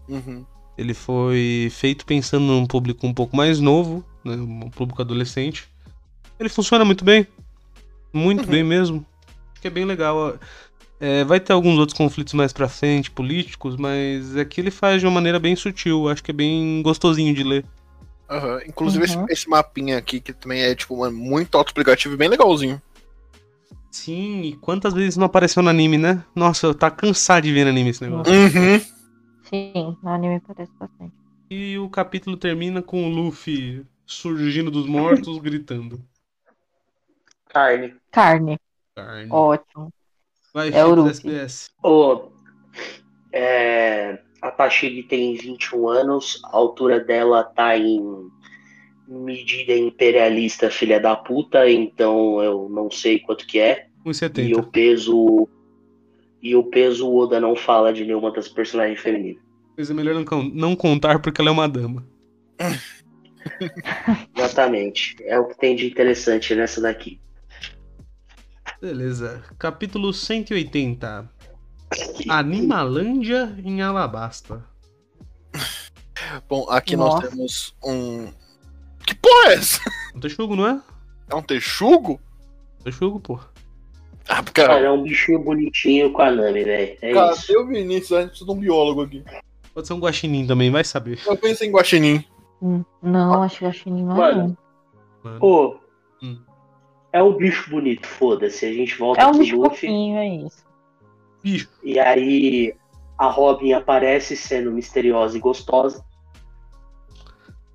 E: Uhum.
B: Ele foi feito pensando num público um pouco mais novo, né, um público adolescente. Ele funciona muito bem. Muito
E: Uhum.
B: bem mesmo. Acho que é bem legal. É, vai ter alguns outros conflitos mais pra frente, políticos, mas aqui ele faz de uma maneira bem sutil. Acho que é bem gostosinho de ler.
E: Aham. Inclusive,
D: Uhum.
E: Esse, esse mapinha aqui, que também é tipo uma- muito auto-explicativo e bem legalzinho.
B: Sim, e quantas vezes não apareceu no anime, né? Nossa, eu tá cansado de ver no anime esse negócio.
E: Uhum.
D: Sim, no anime parece bastante.
B: E o capítulo termina com o Luffy surgindo dos mortos, gritando.
C: Carne.
D: Carne,
B: Carne.
D: ótimo.
B: vai,
D: é
B: filho
D: o
B: do
D: Luffy.
B: SBS.
C: Ô, é, a Tashig tem 21 anos, a altura dela tá em medida imperialista, filha da puta, então eu não sei quanto que é. E
B: 1,70.
C: o peso. E o peso o Oda não fala de nenhuma das personagens femininas.
B: Mas é melhor não, con- não contar porque ela é uma dama.
C: Exatamente. É o que tem de interessante nessa daqui.
B: Beleza. Capítulo 180.
D: Ah.
B: Animalândia em Alabasta.
E: Bom, aqui
D: Nossa.
E: nós temos um. Que porra é essa?
B: Não tem chugo, não é?
E: É um texugo?
B: Tem chugo, pô.
E: Ah, cara.
C: Cara, é um bichinho bonitinho com a Nami, velho. É isso.
E: Cadê o Vinícius? A gente precisa de um biólogo aqui.
B: Pode ser um guaxinim também, vai saber.
E: Eu pensei em guaxinim.
D: Hum, Não, acho que eu achei animal.
C: Mano,
D: não.
B: Mano.
C: Pô.
B: Hum.
C: É um bicho bonito, foda-se. A gente volta
D: É um
C: pro
D: bicho
C: Luffy.
D: fofinho, é isso.
B: Bicho.
C: E aí a Robin aparece sendo misteriosa e gostosa.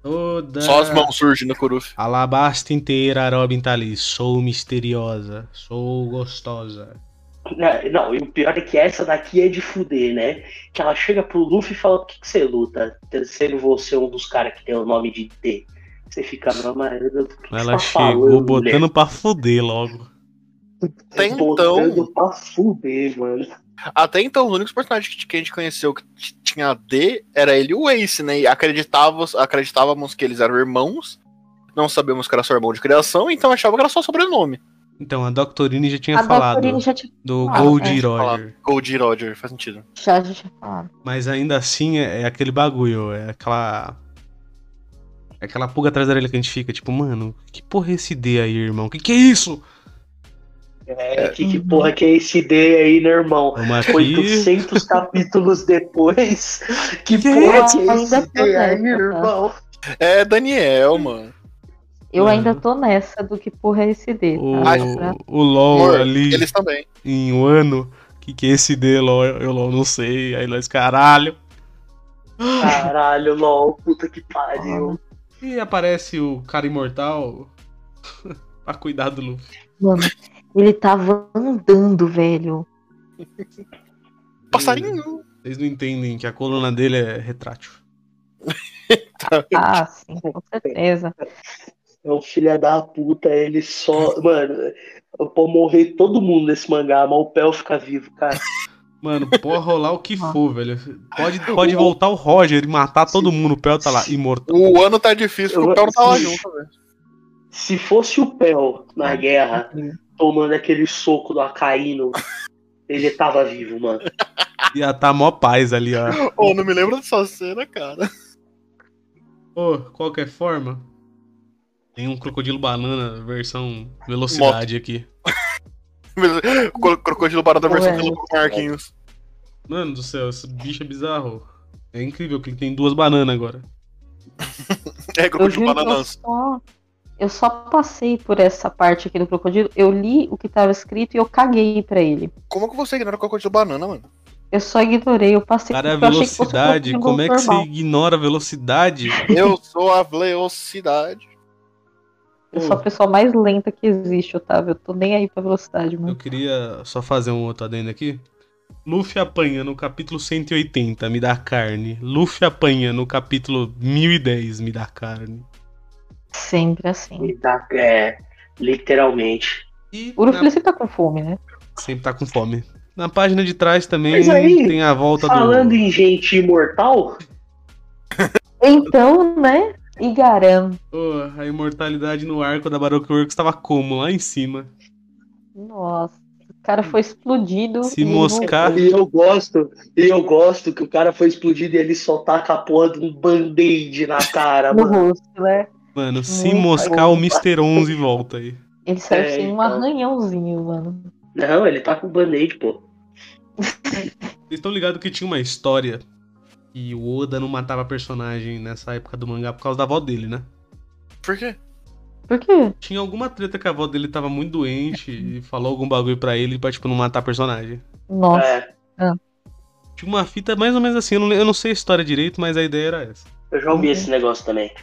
B: Toda...
E: Só as mãos surgem no Kuruf.
B: Alabasta inteira, a Robin tá ali. Sou misteriosa. Sou gostosa.
C: Né, Não, e o pior é que essa daqui é de fuder, né? Que ela chega pro Luffy e fala: Por que, que você luta? Sendo você um dos caras que tem o nome de D. Você fica, não, mas o que que você
B: Ela
C: tá
B: chegou
C: falando,
B: botando pra fuder logo.
E: Até
C: mulher? Botando pra fuder, mano.
E: Até então, os únicos personagens que, que a gente conheceu que t- tinha D era ele e o Ace, né? E acreditávamos, acreditávamos que eles eram irmãos. Não sabemos que era só irmão de criação, então achava que era só sobrenome.
B: Então, a Doctorine já tinha
D: a
B: falado
D: Doctorine já tinha,
B: do
D: falado,
B: Gold
D: é.
B: Roger.
E: Gold Roger, faz sentido.
D: já tinha falado.
B: Mas ainda assim é, é aquele bagulho, é aquela. É aquela pulga atrás da orelha que a gente fica, tipo, mano, que porra é esse D aí, irmão? Que que é isso?
C: É, que, que porra que é esse D aí, né, irmão?
B: Vamos aqui.
C: 800 capítulos depois. Que
B: Que
C: porra
D: isso?
C: que é esse
D: Ainda tô
C: D aí,
D: nessa,
C: irmão?
E: É Daniel, mano.
D: Eu
B: Uhum.
D: ainda tô nessa do que porra é esse D,
B: O,
D: tá?
E: Ah,
D: Pra-
B: o LOL
E: Amor,
B: ali
E: Eles também.
B: em um ano. Que que é esse D, LOL? Eu LOL não sei. Aí nós, caralho.
C: Caralho, LOL, puta que pariu.
B: E aparece o cara imortal pra cuidar do Luffy.
D: Mano, ele tava andando, velho.
E: Passarinho.
B: Vocês não entendem que a coluna dele é retrátil.
D: Ah, sim, com certeza.
C: É um filho da puta, ele só. Mano, pode morrer todo mundo nesse mangá, mas o Pel fica vivo, cara.
B: Mano, pode rolar o que for, velho. Pode, pode voltar o Roger e matar todo mundo. O Pel tá lá, imortal.
E: O ano tá difícil porque o Pelo tava
C: Sim.
E: junto, velho.
C: Se fosse o Pel na guerra tomando aquele soco do Acaíno, ele tava vivo, mano.
B: Ia tá mó paz ali, ó.
E: Oh, não me lembro dessa cena, cara.
B: Ô, qualquer forma, tem um crocodilo banana versão velocidade aqui.
E: Cro- Crocodilo Barão da versão
D: Ué.
E: pelo Marquinhos.
B: Mano do céu, esse bicho é bizarro. É incrível que ele tem duas bananas agora.
E: É,
D: Eu
E: Crocodilo
D: juro que eu
E: Bananãs.
D: só, eu só passei por essa parte aqui do crocodilo. Eu li o que tava escrito e eu caguei pra ele.
E: Como que você ignora o Crocodilo Banana, mano?
D: Eu só ignorei, eu passei
B: Cara, a
D: porque eu achei que fosse um
B: velocidade,
D: crocodilo
B: como é que você
D: normal.
B: ignora a velocidade?
E: Eu sou a velocidade.
D: Eu sou a pessoa mais lenta que existe, Otávio. Eu tô nem aí pra velocidade,
B: Eu
D: mano.
B: queria só fazer um outro adendo aqui. Luffy apanha no capítulo 180, me dá carne. Luffy apanha no capítulo 1010, me dá carne.
D: Sempre assim.
C: Ele tá, é, literalmente.
B: E
D: O Luffy
B: na-
D: ele sempre tá com fome, né?
B: sempre tá com fome. Na página de trás também
C: Mas aí,
B: tem a volta
C: Falando
B: do.
C: em gente imortal,
D: Então, né? Igaram.
B: Ô, a imortalidade no arco da Baroque Works tava como? Lá em cima.
D: Nossa. O cara foi explodido.
B: Se
D: e não-
B: moscar.
C: e eu gosto, e eu gosto que o cara foi explodido e ele só tá com a porra de um band-aid na cara,
D: No
C: mano.
D: rosto, né?
B: Mano, se
D: Muito
B: moscar, o Mr. 11 volta aí.
D: Ele saiu
C: É,
D: sem um
C: então.
D: arranhãozinho, mano.
C: Não, ele tá com band-aid, pô.
B: Vocês estão ligados que tinha uma história que o Oda não matava personagem nessa época do mangá por causa da avó dele, né?
E: Por quê?
D: Por quê?
B: Tinha alguma treta que a avó dele tava muito doente e falou algum bagulho pra ele pra, tipo, não matar personagem.
D: Nossa.
C: É,
B: Tinha uma fita mais ou menos assim, eu não, eu não sei a história direito, mas a ideia era essa.
C: eu já ouvi esse negócio também.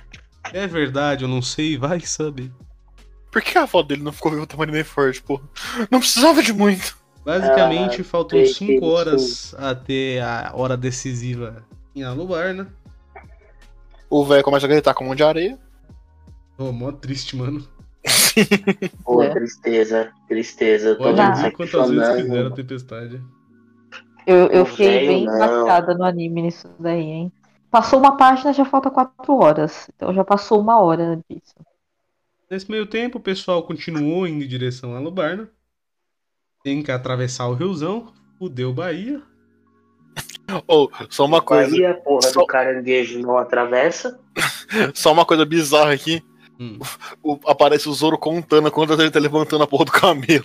B: É verdade, eu não sei, vai saber.
E: Por que a avó dele não ficou viva até Marineford, pô? Não precisava de muito.
B: Basicamente, faltam
C: Ah, sei,
B: 5
C: sei,
B: horas até a hora decisiva em Alubar, né?
E: O velho começa a gritar com um monte de areia.
B: Ô, mó triste, mano.
C: Pô,
D: É.
C: tristeza, tristeza. Tô
B: Pode
D: Tá.
C: vendo
B: ouvir
C: isso
B: quantas vezes
C: funcionando.
B: quiser a tempestade.
D: Eu, eu
C: Não
D: fiquei
C: veio,
D: bem
C: não.
D: impactada no anime nisso daí, hein? Passou uma página, já falta quatro horas. Então já passou uma hora disso.
B: Nesse meio tempo, o pessoal continuou indo em direção a Lubarna. Tem que atravessar o riozão, fudeu Bahia.
E: Ou, só uma coisa.
C: Aí a porra
E: Só-
C: do caranguejo não atravessa.
E: Só uma coisa bizarra aqui.
B: Hum.
E: O- aparece o Zoro contando quantas vezes ele tá levantando a porra do camelo.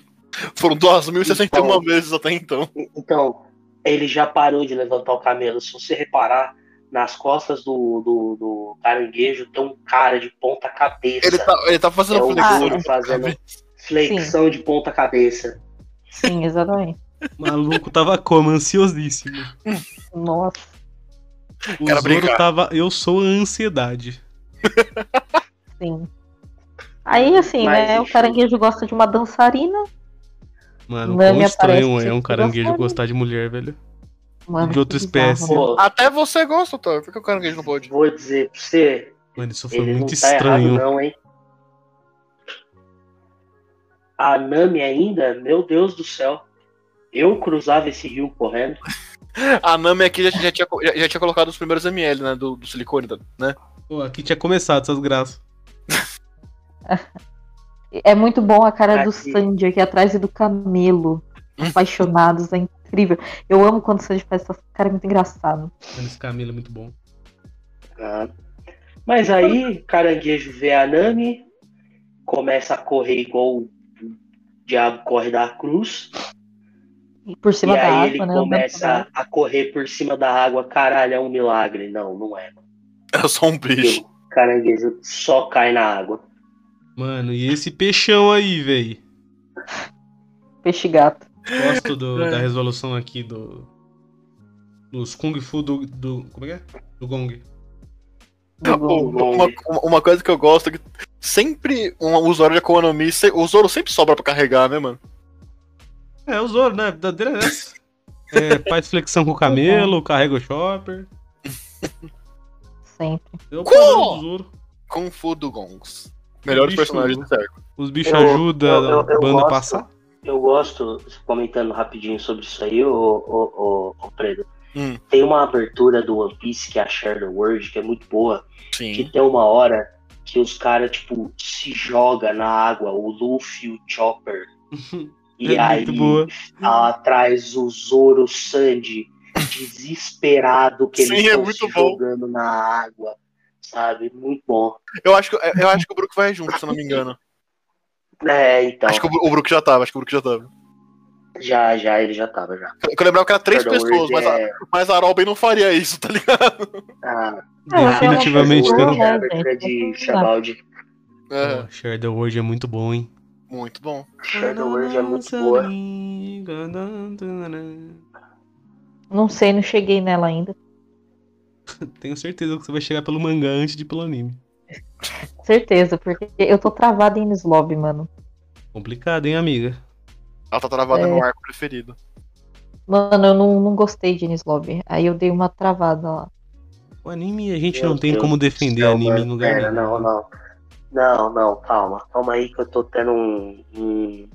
E: Foram 2.061
C: Então.
E: vezes até então.
C: E- Então, ele já parou de levantar o camelo. Se você reparar, nas costas do, do, do caranguejo tem um cara de ponta cabeça.
E: Ele tá, ele tá
C: É
E: fazendo
C: o
E: flexão.
C: Zoro fazendo flexão de ponta cabeça.
D: Sim, exatamente.
B: O maluco tava como? Ansiosíssimo.
D: Nossa.
B: O
E: Cara,
B: Zoro
E: brigar.
B: tava. Eu sou a ansiedade.
D: Sim. Aí, assim,
C: Mas,
D: né? O
C: enfim.
D: caranguejo gosta de uma dançarina.
B: Mano,
D: Não,
B: quão
D: me
B: estranho
D: aparece
B: é um
D: que
B: caranguejo
D: gostaria.
B: gostar de mulher, velho.
D: Mano,
B: De outra
D: que bizarro,
B: espécie.
D: né?
C: Pô,
E: Até você gosta, Otávio. Por que o caranguejo não pode?
C: vou dizer pra você,
B: Mano, isso foi
C: ele não
B: muito
C: tá
B: estranho.
C: errado não, hein? A Nami ainda, meu Deus do céu. Eu cruzava esse rio correndo.
E: A Nami aqui já, já tinha, co- já, já tinha colocado os primeiros ML, né? Do, do silicone, tá- né?
B: Pô, aqui tinha começado essas graças.
D: É muito bom a cara do
C: Aqui.
D: Sandy aqui atrás e do Camelo. Apaixonados, é incrível. Eu amo quando o Sandy faz essas cara é muito engraçado.
B: Mano, esse camelo é muito bom.
C: Ah. Mas aí, caranguejo vê a Nami, começa a correr igual o diabo corre da cruz.
D: E Por cima
C: e
D: da
C: aí
D: água,
C: ele
D: né? andando
C: começa
D: pela água.
C: a correr por cima da água. Caralho, é um milagre. Não, não é.
E: Era só um bicho.
C: Porque o caranguejo só cai na água.
B: Mano, e esse peixão aí, véi?
D: Peixe gato.
B: Gosto do-
E: É.
B: da resolução aqui do. Dos Kung Fu do, do. Como é que é? Do Gong.
D: do
E: Ou-
D: Gon.
E: Uma, uma- uma coisa que eu gosto é que sempre um usuário de economia, se- o Zoro sempre sobra pra carregar, né, mano?
B: É, o Zoro, né? Da dele é essa. É, faz flexão com o camelo, carrega o chopper.
D: Sempre.
B: Eu
E: Cu!
B: o do Zoro.
E: Kung Fu do Gongs. Melhores
B: Bicho.
E: personagens do século.
B: Os bichos
C: Eu-
B: ajudam
C: eu- eu-
B: a
C: eu
B: banda a
C: gosto.
B: passar.
C: Eu gosto, comentando rapidinho sobre isso aí, ô, ô, ô, ô Predo.
E: Hum.
C: Tem uma abertura do One Piece, que é a Share the World, que é muito boa, que
E: Sim.
C: tem uma hora que os caras, tipo, se joga na água, o Luffy, o Chopper. e
B: É
C: aí
B: muito boa.
C: lá atrás o Zoro, o Sandy, desesperado que
E: Sim,
C: eles
E: é
C: estão
E: muito
C: se
E: bom.
C: jogando na água, sabe? Muito bom.
E: Eu acho que, eu acho que o Brook vai junto, se eu não me engano.
C: É, então,
E: Acho que o, o Brook já tava, acho que o Brook já tava.
C: já, já, ele já tava, já.
E: Eu lembrava que era três
C: Jordan
E: pessoas,
C: Ward
E: mas, a-
C: é-
E: mas a Aralben não faria isso, tá ligado?
C: ah,
B: É, Definitivamente um
C: o
D: não.
B: não.
C: Abertura de Chabaldi.
E: É,
B: Pô, Shadow World é muito bom, hein?
E: muito bom.
C: Shadow World é muito boa.
D: Não sei, não cheguei nela ainda.
B: Tenho certeza que você vai chegar pelo mangá antes de ir pelo anime.
D: Certeza, porque eu tô travada em Slob, mano.
B: Complicado, hein, amiga?
E: Ela tá travada
D: É.
E: no arco preferido.
D: Mano, eu não, não gostei de Nislob. Aí eu dei uma travada lá.
B: O anime a gente
C: Meu
B: não tem
C: Deus
B: como
C: do
B: defender
C: céu,
B: anime
C: mano.
B: em lugar
C: Pera,
B: nenhum.
C: não, não. Não, não, calma. Calma aí que eu tô tendo um. um-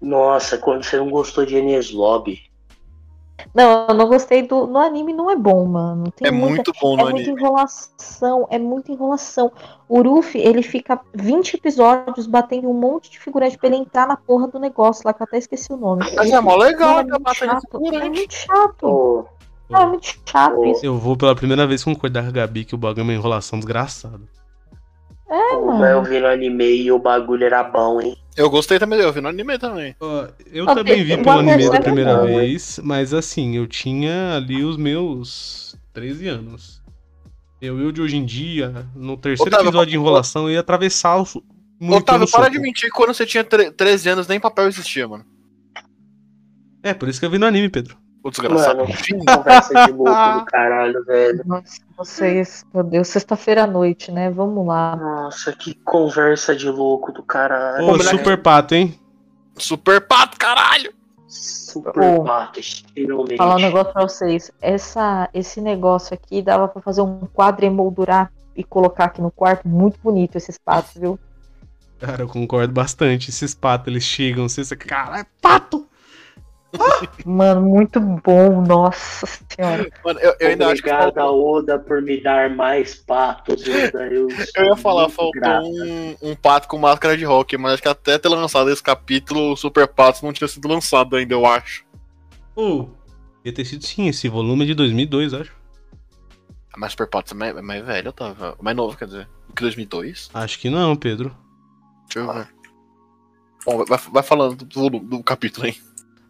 C: Nossa, quando você não gostou de Enes Lobby.
D: Não, eu não gostei do. No anime não é bom, mano. Tem
E: É
D: muita-
E: muito bom
D: É
E: no
D: muita
E: anime.
D: enrolação, é muita enrolação. O Ruffy, ele fica 20 episódios batendo um monte de figurante pra ele entrar na porra do negócio lá, que eu até esqueci o nome.
E: Mas é mó legal,
D: Mano, é, muito chato, é muito chato.
C: Ô,
D: Não, é muito
B: Ah,
D: chato
C: Ô.
D: isso,
B: Eu vou pela primeira vez concordar com a Gabi que o bagulho é uma enrolação desgraçada. é,
C: Como eu vi no anime e o bagulho era bom, hein?
E: Eu gostei também, eu vi no anime também.
B: Ó, Eu
D: Ah,
B: também
D: tem-
B: vi
D: tem
B: pelo
D: uma
B: anime da
D: versão
B: primeira
D: boa, né?
B: vez, mas assim, eu tinha ali os meus 13 anos. Eu e o de hoje em dia, no terceiro
E: Otávio,
B: episódio de enrolação, eu ia atravessar o. su- muito
E: Otávio,
B: no
E: para
B: soco.
E: de mentir, quando você tinha tre- 13 anos nem papel existia, mano.
B: É, por isso que eu vi no anime, Pedro.
E: O desgraçado.
C: Mano, conversa de louco do caralho, velho.
D: Nossa, vocês, meu Deus, sexta-feira à noite, né? Vamos lá.
C: Nossa, que conversa de louco do caralho.
B: Ô,
E: Combinar que-
B: Super Pato, hein?
E: Super pato, caralho!
C: Super
D: Ô.
C: pato, finalmente.
D: Falar um negócio pra vocês. Essa, esse negócio aqui dava pra fazer um quadro emoldurar e colocar aqui no quarto. Muito bonito esse espaço, viu?
B: Cara, eu concordo bastante. Esses patos, eles chegam, você você- Caralho, pato!
D: Mano, muito bom, nossa senhora.
E: Mano, eu, eu ainda acho que.
C: Obrigado
E: faltou- um.
C: a Oda por me dar mais patos. Oda. Eu,
E: Eu ia falar,
C: muito grato.
E: faltou um, um pato com máscara de rock, mas acho que até ter lançado esse capítulo, o Super Patos não tinha sido lançado ainda, eu acho.
B: Ô, ia ter sido sim, esse volume é de 2002, acho.
E: Mas Super Patos é mais, é mais velho, Otávio. Mais novo, quer dizer. Do que 2002?
B: Acho que não, Pedro.
E: Deixa eu ver. Bom, vai, vai falando do, volume- do capítulo, hein?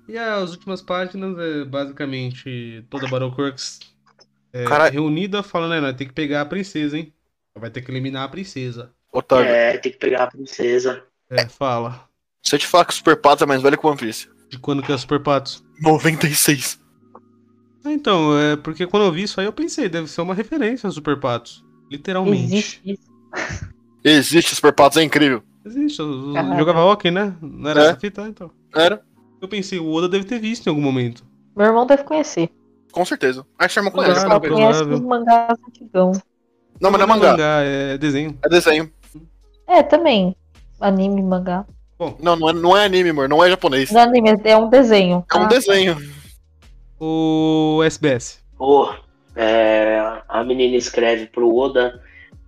B: E ah, as últimas páginas é basicamente toda a Battleworks é,
E: Cara-
B: reunida falando, né, nós tem que pegar a princesa, hein? Vai ter que eliminar a princesa.
E: Otávio,
C: É, tem que pegar a princesa.
B: É, fala.
E: se eu te falar que o Super Patos é mais velho que o One Piece.
B: De quando que é Super Patos?
E: 96.
B: Ah, Então, é porque quando eu vi isso aí eu pensei, deve ser uma referência a Super Patos. Literalmente.
D: Existe isso.
E: Existe, o Super Patos é incrível.
B: Existe, eu- eu
D: Caraca.
B: jogava hockey, né? Não era
E: É.
B: essa fita, então.
E: Era?
B: Eu pensei, o Oda deve ter visto em algum momento.
D: Meu irmão deve conhecer.
E: Com certeza. Acho que a irmã conhece.
B: Claro,
E: claro,
B: pô.
E: mesmo.
D: Conhece
B: provável.
D: os mangás antigão.
E: Não, mas não é mangá.
B: é desenho.
E: É desenho.
D: É, também. Anime, mangá.
E: Não, não é, não é anime, amor. Não é japonês.
D: Não é anime, é um desenho.
E: É um
D: Ah,
E: desenho.
B: O SBS.
C: Ô, é, a menina escreve pro Oda,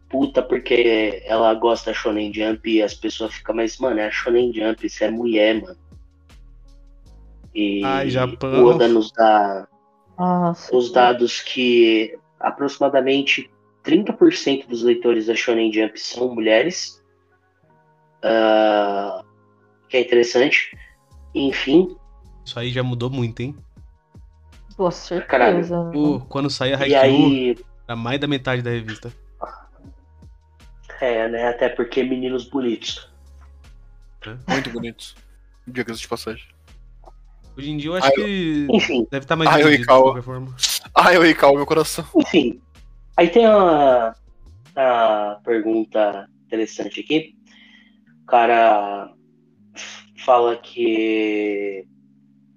C: puta, porque ela gosta da Shonen Jump e as pessoas ficam, mas, mano, é a Shonen Jump, isso é mulher, mano. E
B: Ai, Japão.
C: o Oda nos dá
D: Nossa.
C: os dados que aproximadamente 30% dos leitores da Shonen Jump são mulheres, ah, que é interessante. Enfim,
B: Isso aí já mudou muito, hein?
D: Com certeza.
C: Caralho.
E: Uhum.
B: Pô, quando saía
C: e
B: Haikyuu,
C: aí,
B: era mais da metade da revista.
C: é, né, até porque meninos bonitos.
E: Muito bonito. Diga-se de passagem.
B: Hoje em dia eu acho
E: Ai,
B: que
C: Enfim,
B: deve estar mais
E: Ai, eu
B: dividido, de
E: Ikawa.
B: qualquer forma.
E: Ai, eu errei, calma, meu coração.
C: enfim. Aí tem a, a pergunta interessante aqui. O cara fala que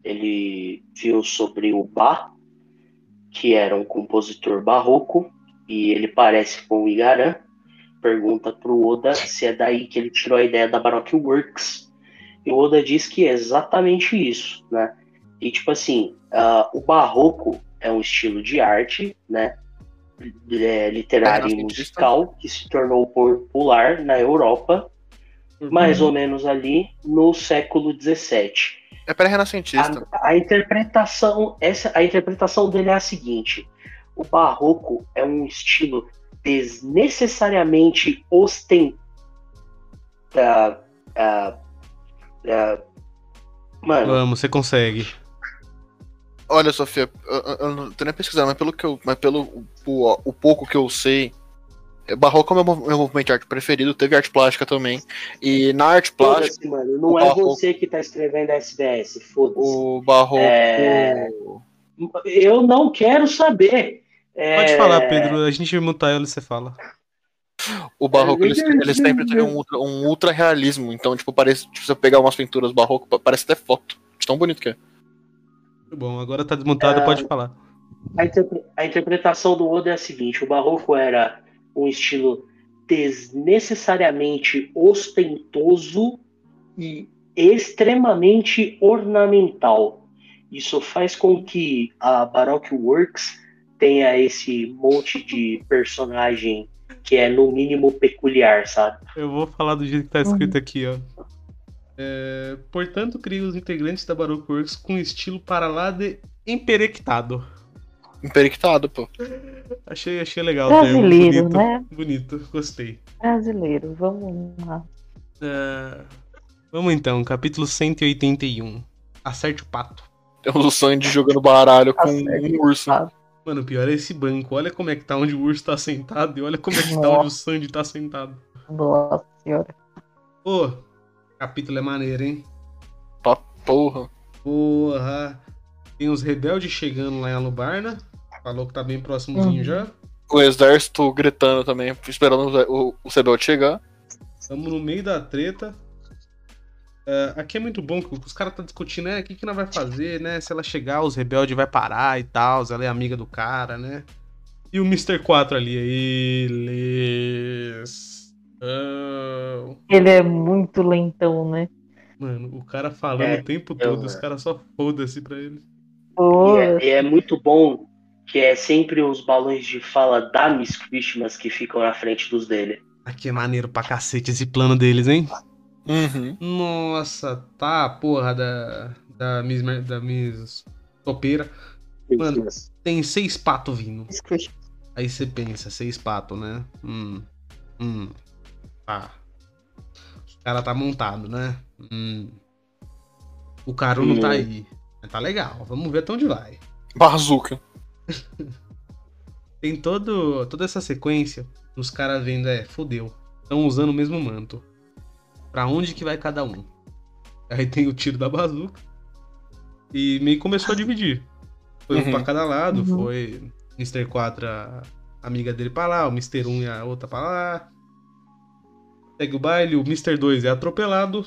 C: ele viu sobre o Bach, que era um compositor barroco, e ele parece com o Igaran. Pergunta pro Oda se é daí que ele tirou a ideia da Baroque Works. E o Oda diz que é exatamente isso, né? E tipo assim, ah, o barroco é um estilo de arte, né? é, literária e musical, que se tornou popular na Europa, mais ou menos ali no século XVII.
E: É
D: Ah,
E: pré-renascentista.
C: A, a interpretação, essa, a interpretação dele é a seguinte: o barroco é um estilo desnecessariamente ostenta, ah, ah, mano,
B: Vamos, você consegue.
E: Olha, Sofia, eu, eu- eu não tô nem pesquisando, mas pelo que eu, mas pelo o, o pouco que eu sei, é, barroco é o meu, mov- meu movimento de arte preferido, teve arte plástica também. E na arte plástica,
C: foda-se, mano, não é
E: barroco.
C: você que tá escrevendo SBS, foda-se.
E: o barroco.
C: É. Eu não quero saber. É,
B: Pode falar, Pedro. A gente vai mutar ela e você fala.
E: O
D: é
E: barroco, eles, eles sempre teve um ultra, um ultra realismo. Então, tipo, parece. Tipo, se eu pegar umas pinturas barroco, pa- parece até foto. De tão bonito que é.
B: Bom, agora tá
D: É.
B: desmontado, pode falar.
C: A, interpre- a interpretação do Oda é a seguinte: o barroco era um estilo desnecessariamente ostentoso e extremamente ornamental. Isso faz com que a Baroque Works tenha esse monte de personagem que é no mínimo peculiar, sabe?
B: Eu vou falar do jeito que tá escrito
D: Uhum.
B: aqui, ó. É, portanto, cria os integrantes da Baroque Works com um estilo para lá de emperectado.
E: Emperictado, pô.
B: Achei, achei legal. o termo,
D: Brasileiro,
B: um bonito,
D: né?
B: bonito, gostei.
D: Brasileiro, vamos lá.
B: É, Vamos então, capítulo 181. Acerte o pato.
E: Temos o Sandy jogando baralho com
D: é
E: um urso.
B: Mano, o pior é esse banco. Olha como é que tá onde o urso tá sentado e olha como é que tá
D: Nossa.
B: onde o Sandy tá sentado.
D: Nossa senhora.
B: Pô, capítulo é maneiro, hein?
E: Porra.
B: Porra. Tem os rebeldes chegando lá em Alubarna. Falou que tá bem próximozinho
D: Uhum.
B: já.
E: O exército gritando também, esperando o, o, o Sebelt chegar.
B: Estamos no meio da treta. É, aqui é muito bom que os caras estão discutindo, né? O que, que nós vai fazer, né? Se ela chegar, os rebeldes vai parar e tal. Ela é amiga do cara, né? E o Mr. 4 ali, eles. Ah,
D: Ele é muito lentão, né?
B: Mano, o cara falando
C: É,
B: o tempo
C: eu-
B: todo, os caras só foda-se pra ele.
D: Pô,
C: E é, e é muito bom que é sempre os balões de fala da Miss Christmas que ficam na frente dos dele.
B: Aqui é maneiro pra cacete esse plano deles, hein?
E: Uhum.
B: Nossa, tá, a porra, da, da Miss, Mer- da Miss Topeira. Mano. Tem seis pato vindo. Aí você pensa, seis pato, né? Hum, hum, tá. O cara tá montado, né? Hum. O cara não tá
C: Hum.
B: aí. Mas Tá legal, vamos ver até onde vai.
E: Barzuca.
B: Tem todo, toda essa sequência dos caras vendo, é, fodeu. Estão usando o mesmo manto. Pra onde que vai cada um? Aí tem o tiro da bazuca. E meio que começou a dividir. Foi um
E: Uhum.
B: pra cada lado,
D: Uhum.
B: foi Mr. 4, a amiga dele pra lá, o Mr. 1 e a outra pra lá. Segue o baile, o Mr. 2 é atropelado.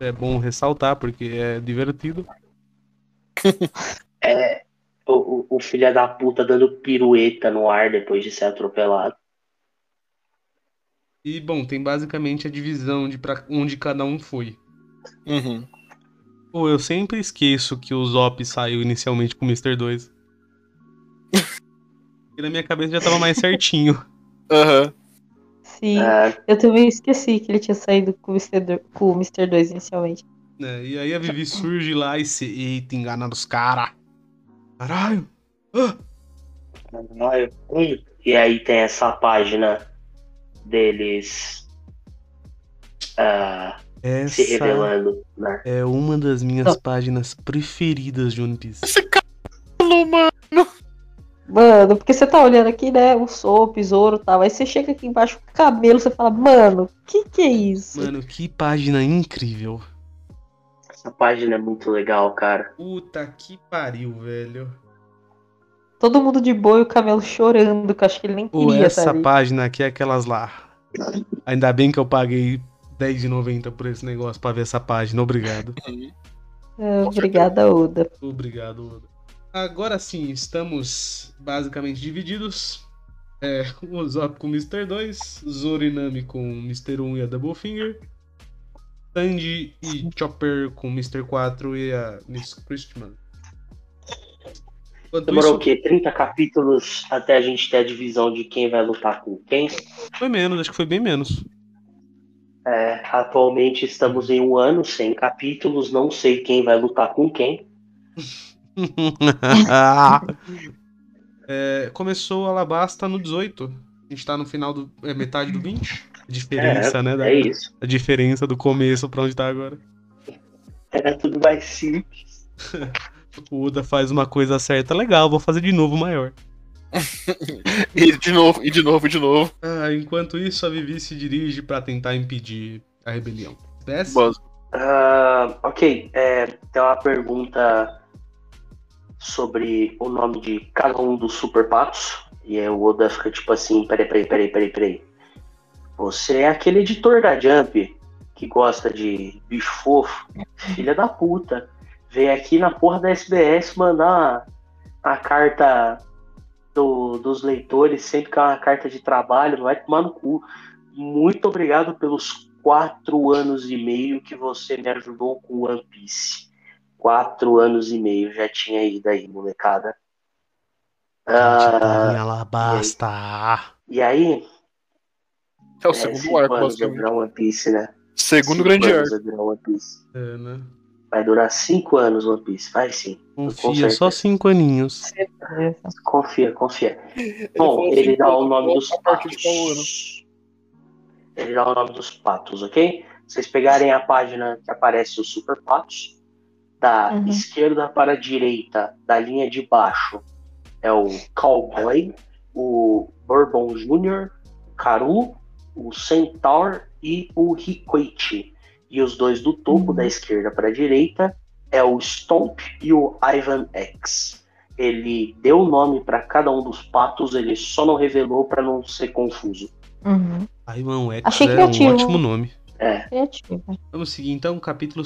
B: É bom ressaltar, porque é divertido.
C: É, o, o, o filho da puta dando pirueta no ar depois de ser atropelado.
B: E, bom, tem basicamente a divisão de pra onde cada um foi.
E: Uhum.
B: Pô, eu sempre esqueço que o Zop saiu inicialmente com o Mr. 2. e na minha cabeça já tava mais certinho.
E: Aham.
D: sim.
C: É,
D: Eu também esqueci que ele tinha saído com o Mr. Do- com o Mr. 2 inicialmente.
B: né? E aí a Vivi surge lá e se. Eita, enganaram os caras. Caralho! Ah!
C: caralho. Hum. e aí tem essa página deles ah, se
B: Essa
C: revelando, né?
B: é uma das minhas páginas preferidas de One Piece.
D: Mano, porque você tá olhando aqui, né? O Sop, o Besouro e tal. Aí você chega aqui embaixo com o cabelo, você fala, mano, que que é isso?
B: Mano, que página incrível.
C: Essa página é muito legal, cara.
B: Puta que pariu, velho.
D: Todo mundo de boa e o cabelo chorando, que eu acho que ele nem
B: Pô,
D: queria,
B: essa
D: sabe?
B: página aqui é aquelas lá. Ainda bem que eu paguei 10,90 por esse negócio pra ver essa página. Obrigado.
D: É, Obrigada, Oda.
B: Obrigado, Oda. Agora sim, estamos basicamente divididos. É, o Zop com o Mr. 2, Zorinami com o Mr. 1 e a Double Finger, Sandy e Chopper com o Mr. 4 e a Miss Christmas. Enquanto
C: Demorou o
B: isso,
C: quê? 30 capítulos até a gente ter a divisão de quem vai lutar com quem?
B: foi menos, acho que foi bem menos.
C: É, atualmente estamos em um ano sem capítulos, não sei quem vai lutar com quem.
B: É, começou o Alabasta no 18. A gente tá no final do. É metade do 20. A diferença, né? Da,
C: É isso.
B: a diferença do começo pra onde tá agora.
C: Era É, tudo mais simples.
B: O Oda faz uma coisa certa, legal, vou fazer de novo maior.
E: E de novo, e de novo, e de novo.
B: Ah, enquanto isso, a Vivi se dirige pra tentar impedir a rebelião. Desce?
E: Mas,
C: Ah, ok, é, tem uma pergunta sobre o nome de cada um dos super patos. E aí o Oda fica tipo assim: peraí, peraí, peraí, peraí, peraí. Você é aquele editor da Jump que gosta de bicho fofo? Filha da puta. Veio aqui na porra da SBS mandar a carta do- dos leitores, sempre que é uma carta de trabalho, vai tomar no cu muito obrigado pelos quatro anos e meio que você me ajudou com One Piece. Quatro anos e meio já tinha ido aí, molecada. Ah,
B: Alabasta!
C: e aí?
E: é o
C: é,
E: segundo
C: cinco
E: arco,
C: anos eu
E: basicamente.
C: virar One Piece, né?
E: Segundo
C: Cinco
E: grande
C: anos
E: arco.
C: eu virar One Piece.
B: É, né?
C: Vai durar cinco anos One Piece, vai sim.
B: Confia, só cinco aninhos.
C: Confia, confia. Bom, ele dá o nome dos
E: A partir de né? qual ano?
C: patos. Ele dá o nome dos patos, ok? Vocês pegarem a página que aparece os super patos, da
D: Uhum.
C: esquerda para a direita, da linha de baixo, é o Cowboy, o Bourbon Jr., o Karu, o Centaur e o Hikoichi. E os dois do topo,
D: Uhum.
C: da esquerda para a direita, é o Stomp e o Ivan X ele deu o nome para cada um dos patos, ele só não revelou para não ser confuso.
D: Uhum.
B: Aí, mano, é
D: Achei
B: é um
D: criativo.
B: ótimo nome.
C: É,
D: Criativa. Uhum,
B: Vamos seguir então, capítulo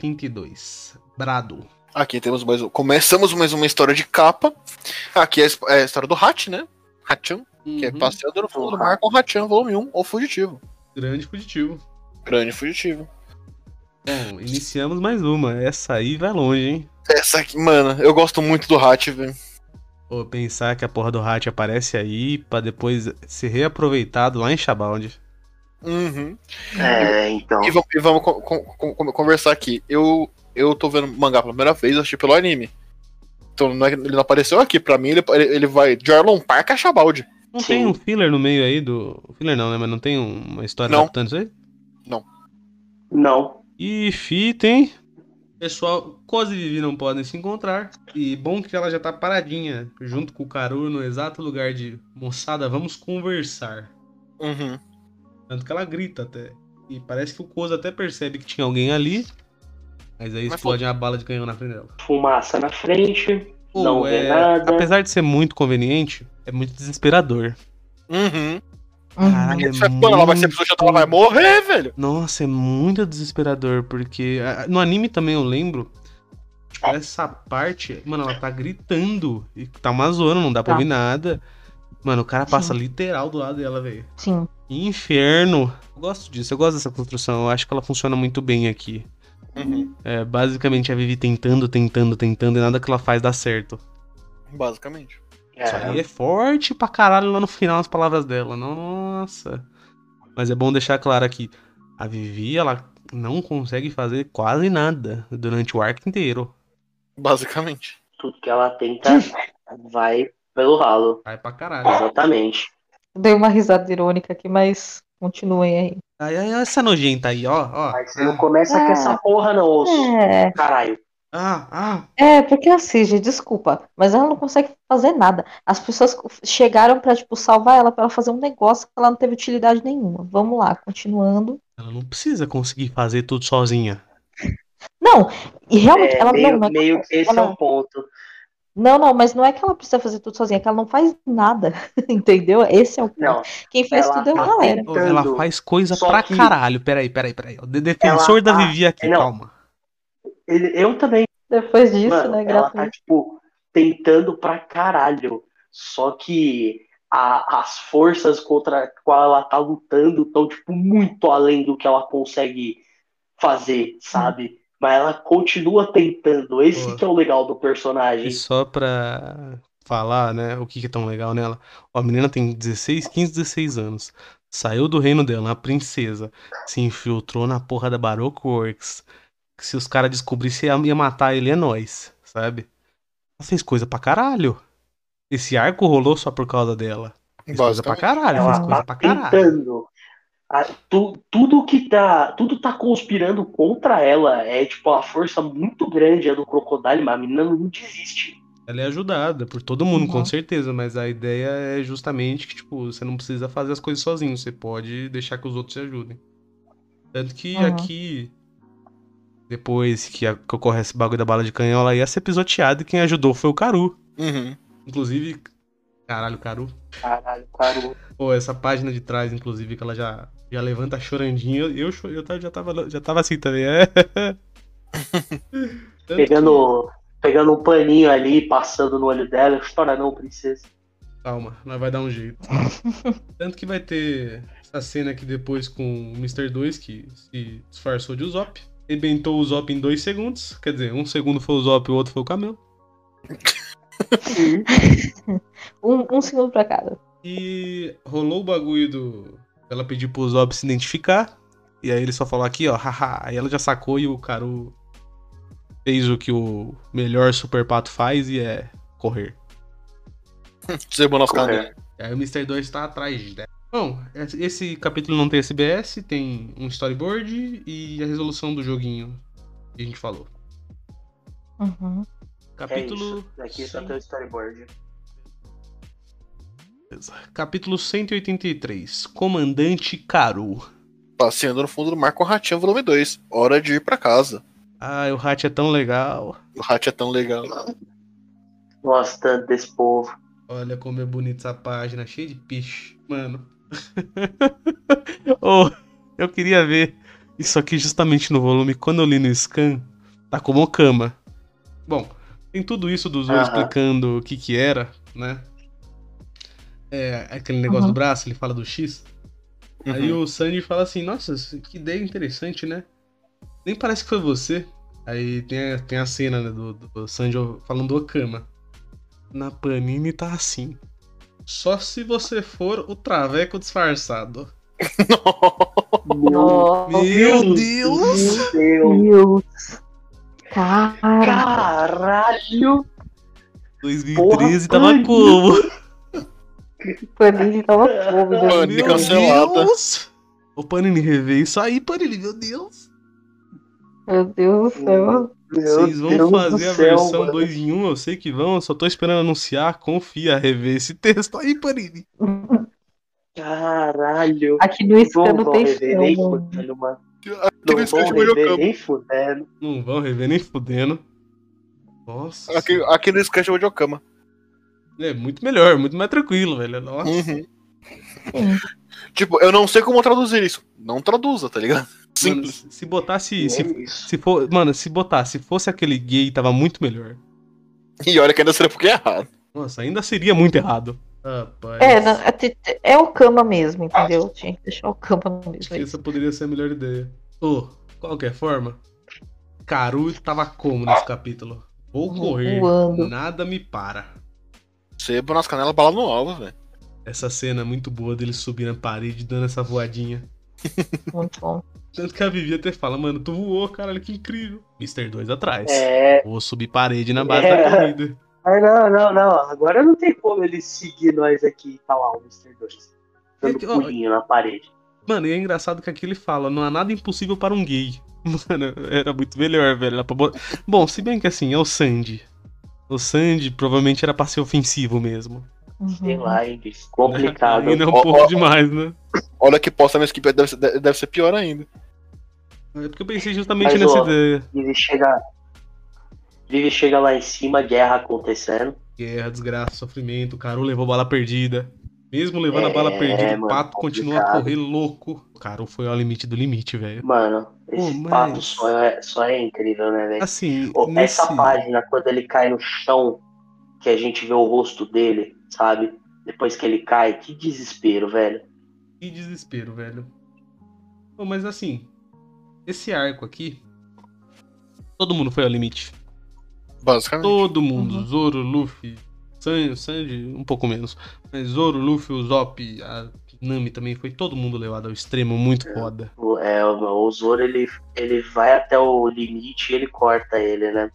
B: 182. Brado.
E: Aqui temos mais um. Começamos mais uma história de capa. Aqui é a his- é a história do Hat, né? Hatchan, que é
B: Uhum,
E: passeando no fundo do mar com Hatchan, volume 1, ou fugitivo.
B: Grande fugitivo.
E: Grande fugitivo. É.
B: Bom, iniciamos mais uma. Essa aí vai longe, hein?
E: Essa aqui, mano, eu gosto muito do Hat, velho.
B: Ou pensar que a porra do Hatch aparece aí pra depois ser reaproveitado lá em Shabound.
E: Uhum.
C: é então.
E: E vamos, e vamos con- con- con- conversar aqui. Eu, eu tô vendo mangá pela primeira vez, eu assisti pelo anime. Então não é que ele não apareceu aqui. Pra mim, ele, ele, ele vai de Arlon Park a Chabaldi.
B: Não
C: Sim.
B: tem um filler no meio aí do. Filler não, né? Mas não tem uma história
E: Não.
B: adaptando isso aí?
C: Não.
B: E fita, hein? Pessoal, Cosi e Vivi não podem se encontrar. E bom que ela já tá paradinha, junto com o Caru, no exato lugar de moçada, vamos conversar.
E: Uhum.
B: Tanto que ela grita até. E parece que o Cosi até percebe que tinha alguém ali. Mas aí
E: Mas
B: explode uma bala de canhão na frente dela.
C: Fumaça na frente,
B: Pô,
C: não vê
B: é,
C: nada.
B: Apesar de ser muito conveniente, é muito desesperador.
E: Uhum.
D: Uhum.
B: Caralho, é
E: Sabe quando ela vai ser
B: muito-
E: pessoa ela vai morrer, velho?
B: Nossa, é muito desesperador, porque ah, no anime também eu lembro. tipo, Essa parte, mano, ela tá gritando e tá uma zona, não dá pra
D: Tá.
B: ouvir nada. Mano, o cara passa
D: Sim.
B: literal do lado dela, velho.
D: Sim.
B: Que Inferno. Eu gosto disso, eu gosto dessa construção, eu acho que ela funciona muito bem aqui.
E: Uhum.
B: É, basicamente a Vivi tentando, tentando, tentando e nada que ela faz dá certo. Uhum.
E: Basicamente.
C: É,
B: Isso aí é forte pra caralho lá no final as palavras dela. Nossa. Mas é bom deixar claro aqui. A Vivi, ela não consegue fazer quase nada durante o arco inteiro.
E: Basicamente.
C: tudo que ela tenta vai pelo ralo.
B: Vai pra caralho.
C: Exatamente.
D: Dei uma risada irônica aqui, mas continuem aí.
B: Ai, ai, ai, essa nojenta aí, ó, ó.
C: Mas você não começa com
D: É.
C: essa porra, não, osso.
D: É,
C: Caralho.
B: Ah, ah.
D: é, porque assim, gente, desculpa, mas ela não consegue fazer nada. As pessoas chegaram pra, tipo, salvar ela, pra ela fazer um negócio que ela não teve utilidade nenhuma. Vamos lá, continuando.
B: Ela não precisa conseguir fazer tudo sozinha.
D: Não, e realmente,
C: É,
D: ela
C: meio,
D: não, não é que-
C: meio que esse
D: ela-
C: é o ponto.
D: Não, não, mas não é que ela precisa fazer tudo sozinha, é que ela não faz nada, entendeu? Esse é o ponto.
C: Não,
D: Quem faz
C: ela
D: tudo é
C: tá
D: a galera.
B: Ô, Ela
C: Entendo.
B: faz coisa
C: Só
B: pra
C: que-
B: caralho. Peraí, peraí, peraí. O de- defensor da
C: tá-
B: Vivi aqui,
C: não.
B: calma.
C: ele- eu também
D: Depois disso,
C: Mano,
D: né,
C: ela
D: graças a
C: tá, tipo, tentando pra caralho. Só que a- as forças contra a qual ela tá
D: Hum.
C: lutando estão, tipo, muito além do que ela consegue fazer, sabe? Mas ela continua tentando. Esse
B: Boa.
C: que é o legal do personagem.
B: E só pra falar, né, o que que é tão legal nela. Ó, A menina tem 16, 15, 16 anos. Saiu do reino dela, uma princesa. Se infiltrou na porra da Baroque Works. Que se os caras descobrissem, ia ia matar ele, é nós, sabe? Ela fez coisa pra caralho. Esse arco rolou só por causa dela. Fez coisa pra caralho, fez
C: Ela
B: coisa
C: tá
B: pra caralho.
C: tentando. A- tu- tudo que tá. Tudo tá conspirando contra ela. É tipo uma força muito grande a do Crocodile, mas a menina não desiste.
B: Ela é ajudada por todo mundo, com
D: Uhum.
B: certeza, mas a ideia é justamente que, tipo, você não precisa fazer as coisas sozinho, você pode deixar que os outros te ajudem. Tanto que
D: Uhum.
B: aqui, depois que, a- que ocorre esse bagulho da bala de canhão, ela ia ser pisoteada e quem ajudou foi o Caru.
E: Uhum.
B: Inclusive, caralho, Caru.
C: Caralho, cara.
B: Pô, essa página de trás, inclusive, que ela já, já levanta chorandinha, eu, eu, cho- eu tava- já, tava, já tava assim também, é. Tanto que-
C: Pegando, pegando um paninho ali, passando no olho dela. Chora não, princesa.
B: Calma, nós vai dar um jeito. Tanto que vai ter essa cena aqui depois com o Mr. 2 que se disfarçou de Usopp. Rebentou o Usopp em dois segundos. Quer dizer, um segundo foi o Usopp e o outro foi o Camelo.
C: É tá-
D: Um, um segundo pra cada.
B: E rolou o bagulho do. Ela pediu pro Usopp se identificar. E aí ele só falou aqui, ó, haha. Aí ela já sacou e o Karu fez o que o melhor super pato faz e é correr.
E: Desebou nosso
C: Correto.
E: canal.
B: E Aí o Mr. 2 tá atrás dela. Bom, esse- esse capítulo não tem SBS, tem um storyboard e a resolução do joguinho que a gente falou.
D: Uhum.
C: É
B: Capítulo,
C: isso. Daqui só
B: cem-
C: tem o storyboard.
B: capítulo 183, Comandante Karu.
E: Passeando no fundo do mar com o Ratinho, volume 2. Hora de ir pra casa.
B: Ah, o Hat é tão legal.
E: O Ratinho é tão legal.
C: Gosto tanto desse povo.
B: Olha como é bonita essa página, cheia de piche. Mano. oh, eu queria ver isso aqui justamente no volume. Quando eu li no scan, tá como cama. Bom, tem tudo isso do Zoro
C: Aham.
B: explicando o que que era, né? É, aquele negócio
D: Uhum.
B: do braço, ele fala do X. Aí
E: Uhum.
B: o Sandy fala assim, nossa, que ideia interessante, né? Nem parece que foi você. Aí tem a, tem a cena né, do, do Sanji falando do Okama. Na Panini tá assim. Só se você for o Traveco disfarçado.
C: Meu
B: Meu Deus!
C: Deus.
D: Deus. Cara.
C: Caralho.
B: 2013
C: Porra,
B: tava
C: Panini.
B: como?
D: Panini tava fogo,
E: Mano,
D: gente.
E: Panini cancelada.
B: Deus! O Panini revê isso aí, Panini, meu Deus!
D: Meu Deus do céu.
C: Meu
B: Vocês vão
C: Deus
B: fazer
C: do
B: a
C: céu,
B: versão
C: mano.
B: 2 em 1, eu sei que vão, eu só tô esperando anunciar, confia, rever esse texto aí, Panini. um.
C: Caralho.
D: Aqui no
C: Não
D: scan não
C: vão
D: tem
C: rever nem
D: chão. mano.
C: fudendo, mano.
E: Aquele
B: é
C: Não
E: skate
C: vão
E: de melhor
C: rever
E: campo.
C: nem fudendo.
B: Não vão rever nem fudendo. Nossa.
E: Aquele, aquele skate de Okama.
B: É muito melhor, muito mais tranquilo, velho. Nossa.
E: Uhum. Tipo, eu não sei como traduzir isso. Não traduza, tá ligado?
B: Mano,
E: Simples.
B: se botasse. Se,
C: É isso.
B: se for, mano, se botasse, se fosse aquele gay, tava muito melhor.
E: E olha que ainda seria porque é errado.
B: Nossa, ainda seria muito errado. Rapaz.
D: É, não, é, t- t- é o cama mesmo, entendeu? Tinha que deixar o cama
B: acho
D: mesmo.
B: Ah, que
D: aí.
B: Essa poderia ser a melhor ideia. Ô, qualquer forma, Caru tava como nesse capítulo? Vou correr.
D: Voando.
B: Nada me para.
E: Sebo nas canelas, bala no alvo, velho.
B: Essa cena é muito boa dele subir na parede dando essa voadinha.
D: Muito bom.
B: Tanto que a Vivi até fala, mano, tu voou, caralho, que incrível. Mr. 2 atrás.
C: É.
B: Vou subir parede na base
C: É.
B: da corrida.
C: Ah, não, não, não. Agora não tem como ele seguir nós aqui e tá lá, o Mr. 2.
B: É
C: Dando
B: que, ó,
C: pulinho na parede.
B: Mano, e é engraçado que aqui ele fala, não há nada impossível para um gay. Mano, era muito melhor, velho. Era pra bo- Bom, se bem que assim, é o Sandy. O Sandy provavelmente era pra ser ofensivo mesmo.
C: Sei
D: Uhum.
C: lá, hein, bicho. Complicado.
B: Ainda é um
E: Ó,
B: pouco
E: ó, ó.
B: demais, né?
E: Olha que posta minha skip deve ser, deve ser pior ainda.
B: É porque eu pensei justamente
C: Mas,
B: nessa
C: ó,
B: ideia.
C: Vive chega. Vive chega lá em cima, guerra acontecendo.
B: Guerra, desgraça, sofrimento, o Caru levou bala perdida. Mesmo levando a bala
C: É,
B: perdida, o
C: mano,
B: Pato continua a
C: complicado.
B: correr louco. O Caru foi ao limite do limite, velho.
C: Mano, esse
B: mas-
C: papo só é, só é incrível, né, velho?
B: Assim,
C: Pô,
B: nesse...
C: Essa página, quando ele cai no chão, que a gente vê o rosto dele, sabe? Depois que ele cai, que desespero, velho.
B: Que desespero, velho. Bom, mas assim, esse arco aqui Todo mundo foi ao limite.
E: Basicamente.
B: Todo mundo. Zoro, Luffy, Sanji, Sanji, um pouco menos. Mas Zoro, Luffy, o Zop, a Nami também foi todo mundo levado ao extremo, muito foda.
C: O, é, o o Zoro ele, ele vai até o limite e ele corta ele, né?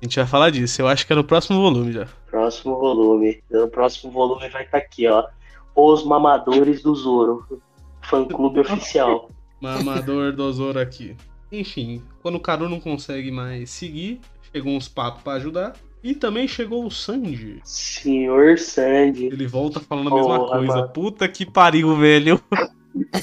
B: A gente vai falar disso, eu acho que é no próximo volume já.
C: Próximo volume. O próximo volume vai estar aqui, ó. Os Mamadores do Zoro. Fã clube oficial.
B: Mamador do Zoro aqui. Enfim, quando o Karu não consegue mais seguir, chegou uns papos pra ajudar. E também chegou o Sanji.
C: Senhor Sandy.
B: Ele volta falando a mesma
C: Porra,
B: coisa.
C: mano.
B: Puta que pariu, velho.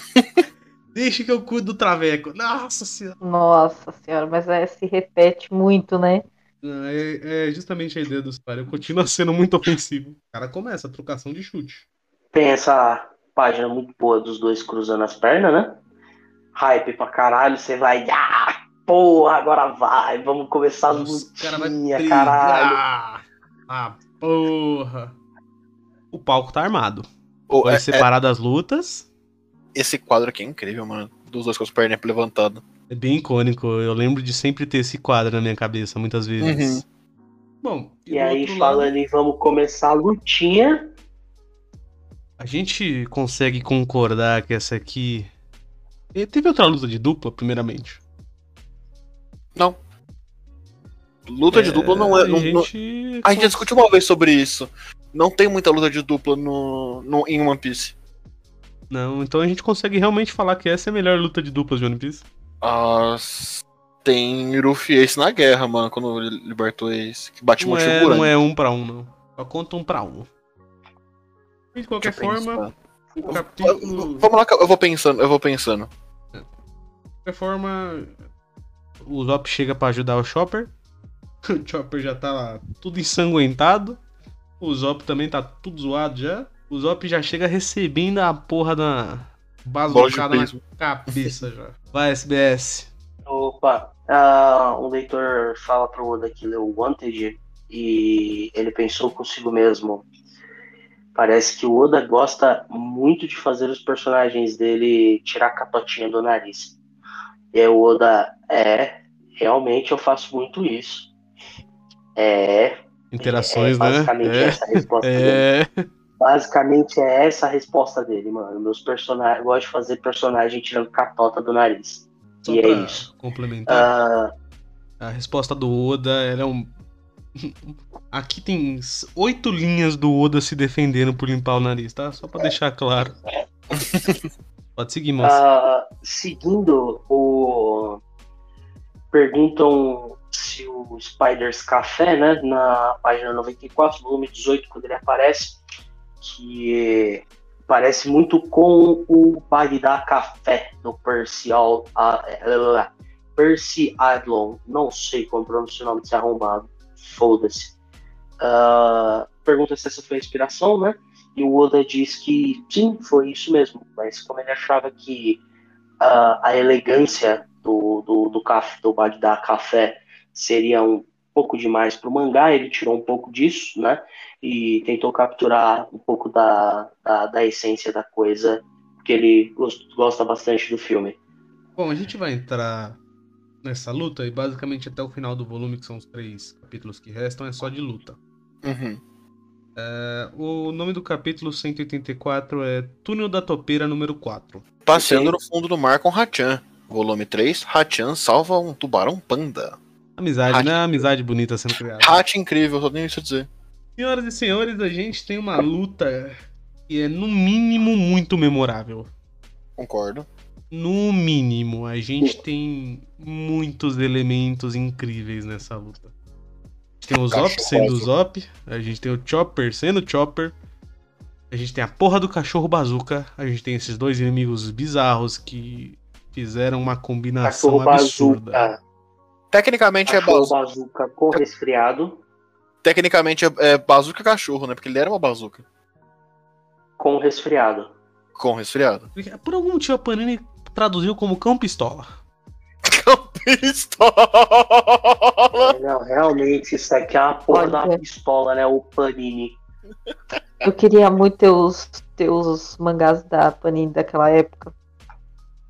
B: Deixa que eu cuido do Traveco. Nossa senhora.
D: Nossa senhora, mas é, se repete muito, né?
B: Não, É, é justamente a ideia dos caras. Continua sendo muito ofensivo. O cara começa a trocação de chute.
C: Tem essa página muito boa dos dois cruzando as pernas, né? Hype pra caralho, você vai. Ah, porra, agora vai. Vamos começar as
B: Os cara vai
C: lutinhas, Tá caralho.
B: brigar. Ah, porra. O palco tá armado.
E: Pô,
B: Vai
E: é-
B: separar das lutas.
E: esse quadro aqui é incrível, mano. Dos dois com as pernas levantadas.
B: É bem icônico. Eu lembro de sempre ter esse quadro na minha cabeça, muitas vezes. Bom,
C: Uhum. E
B: do
C: aí,
B: outro lado-
C: falando em vamos começar a lutinha,
B: A gente consegue concordar que essa aqui. E Teve outra luta de dupla, primeiramente.
E: Luta de dupla não é.
B: A
E: não- não-
B: gente.
E: A gente já discutiu uma vez sobre isso. Não tem muita luta de dupla no, no, em One Piece.
B: Não, então a gente consegue realmente falar que essa é a melhor luta de duplas de One Piece.
E: Ah, tem Ruffy e Ace na guerra, mano, quando ele libertou Ace. Que bate
B: Não
E: uma
B: é,
E: figura. né?
B: não é um pra um, não. Só conta um pra um. E de qualquer forma, o capítulo.
E: Vamos lá, que eu vou pensando, eu vou pensando.
B: De qualquer forma, o Zop chega pra ajudar o Chopper. O Chopper já tá lá tudo ensanguentado. O Zop também tá tudo zoado já. O Zop já chega recebendo a porra da
E: Bola de
B: bazucada na
E: beisebol.
B: cabeça já. Vai, SBS.
C: Opa, ah, um leitor fala pro Oda que leu Wanted e ele pensou consigo mesmo. Parece que o Oda gosta muito de fazer os personagens dele tirar a capotinha do nariz. E aí o Oda, é, realmente eu faço muito isso. É,
B: Interações,
C: é basicamente
B: né?
C: essa a resposta dele.
B: É. é.
C: Basicamente é essa a resposta dele, mano. Meus personagens, eu gosto de fazer personagem tirando capota do nariz.
B: Só
C: e é
B: pra
C: isso.
B: complementar.
C: Ah,
B: A resposta do Oda, ela é um. Aqui tem s- oito linhas do Oda se defendendo por limpar o nariz, tá? Só pra deixar claro. Pode seguir, moça.
C: Ah, seguindo o perguntam se o Spiders Café, né, na página 94, volume 18, quando ele aparece, que parece muito com o Bagdá Café do Percy Al, a- eh, Percy Adlon, não sei como pronuncia o nome desse arrombado, foda-se. Ah, pergunta se essa foi a inspiração, né? E o Oda diz que sim, foi isso mesmo. Mas como ele achava que ah, a elegância do, do, do, caf- do Bagdá Café seria um pouco demais para o mangá, ele tirou um pouco disso, né? E tentou capturar um pouco da, da, da essência da coisa, porque ele gos- gosta bastante do filme.
B: Bom, a gente vai entrar nessa luta e basicamente até o final do volume, que são os três capítulos que restam, é só de luta.
E: Uhum.
B: É, O nome do capítulo 184 é Túnel da Topeira número 4.
E: Passeando no fundo do mar com Hachan. Volume 3, Hachan salva um tubarão panda.
B: Amizade,
E: Ai.
B: né? Amizade bonita sendo criada.
E: Hat incrível, só tenho isso a dizer.
B: Senhoras e senhores, a gente tem uma luta que é no mínimo muito memorável.
E: Concordo.
B: No mínimo, a gente tem muitos elementos incríveis nessa luta. A gente tem o Zop sendo o Zop, a gente tem o Chopper sendo o Chopper, a gente tem a porra do cachorro bazuca, a gente tem esses dois inimigos bizarros que fizeram uma combinação
C: Cachorro
B: absurda.
C: bazuca,
E: Tecnicamente é,
C: cachorro
E: bazu...
C: bazuca com resfriado,
E: Tecnicamente é, é bazuca cachorro, né? Porque ele era uma bazuca.
C: com resfriado.
E: Com resfriado.
B: Por algum motivo a Panini traduziu como cão pistola.
E: Com pistola!
C: Não, realmente, isso aqui é uma porra da
D: Olha.
C: pistola, né? O Panini.
D: Eu queria muito ter os, ter os mangás da Panini daquela época.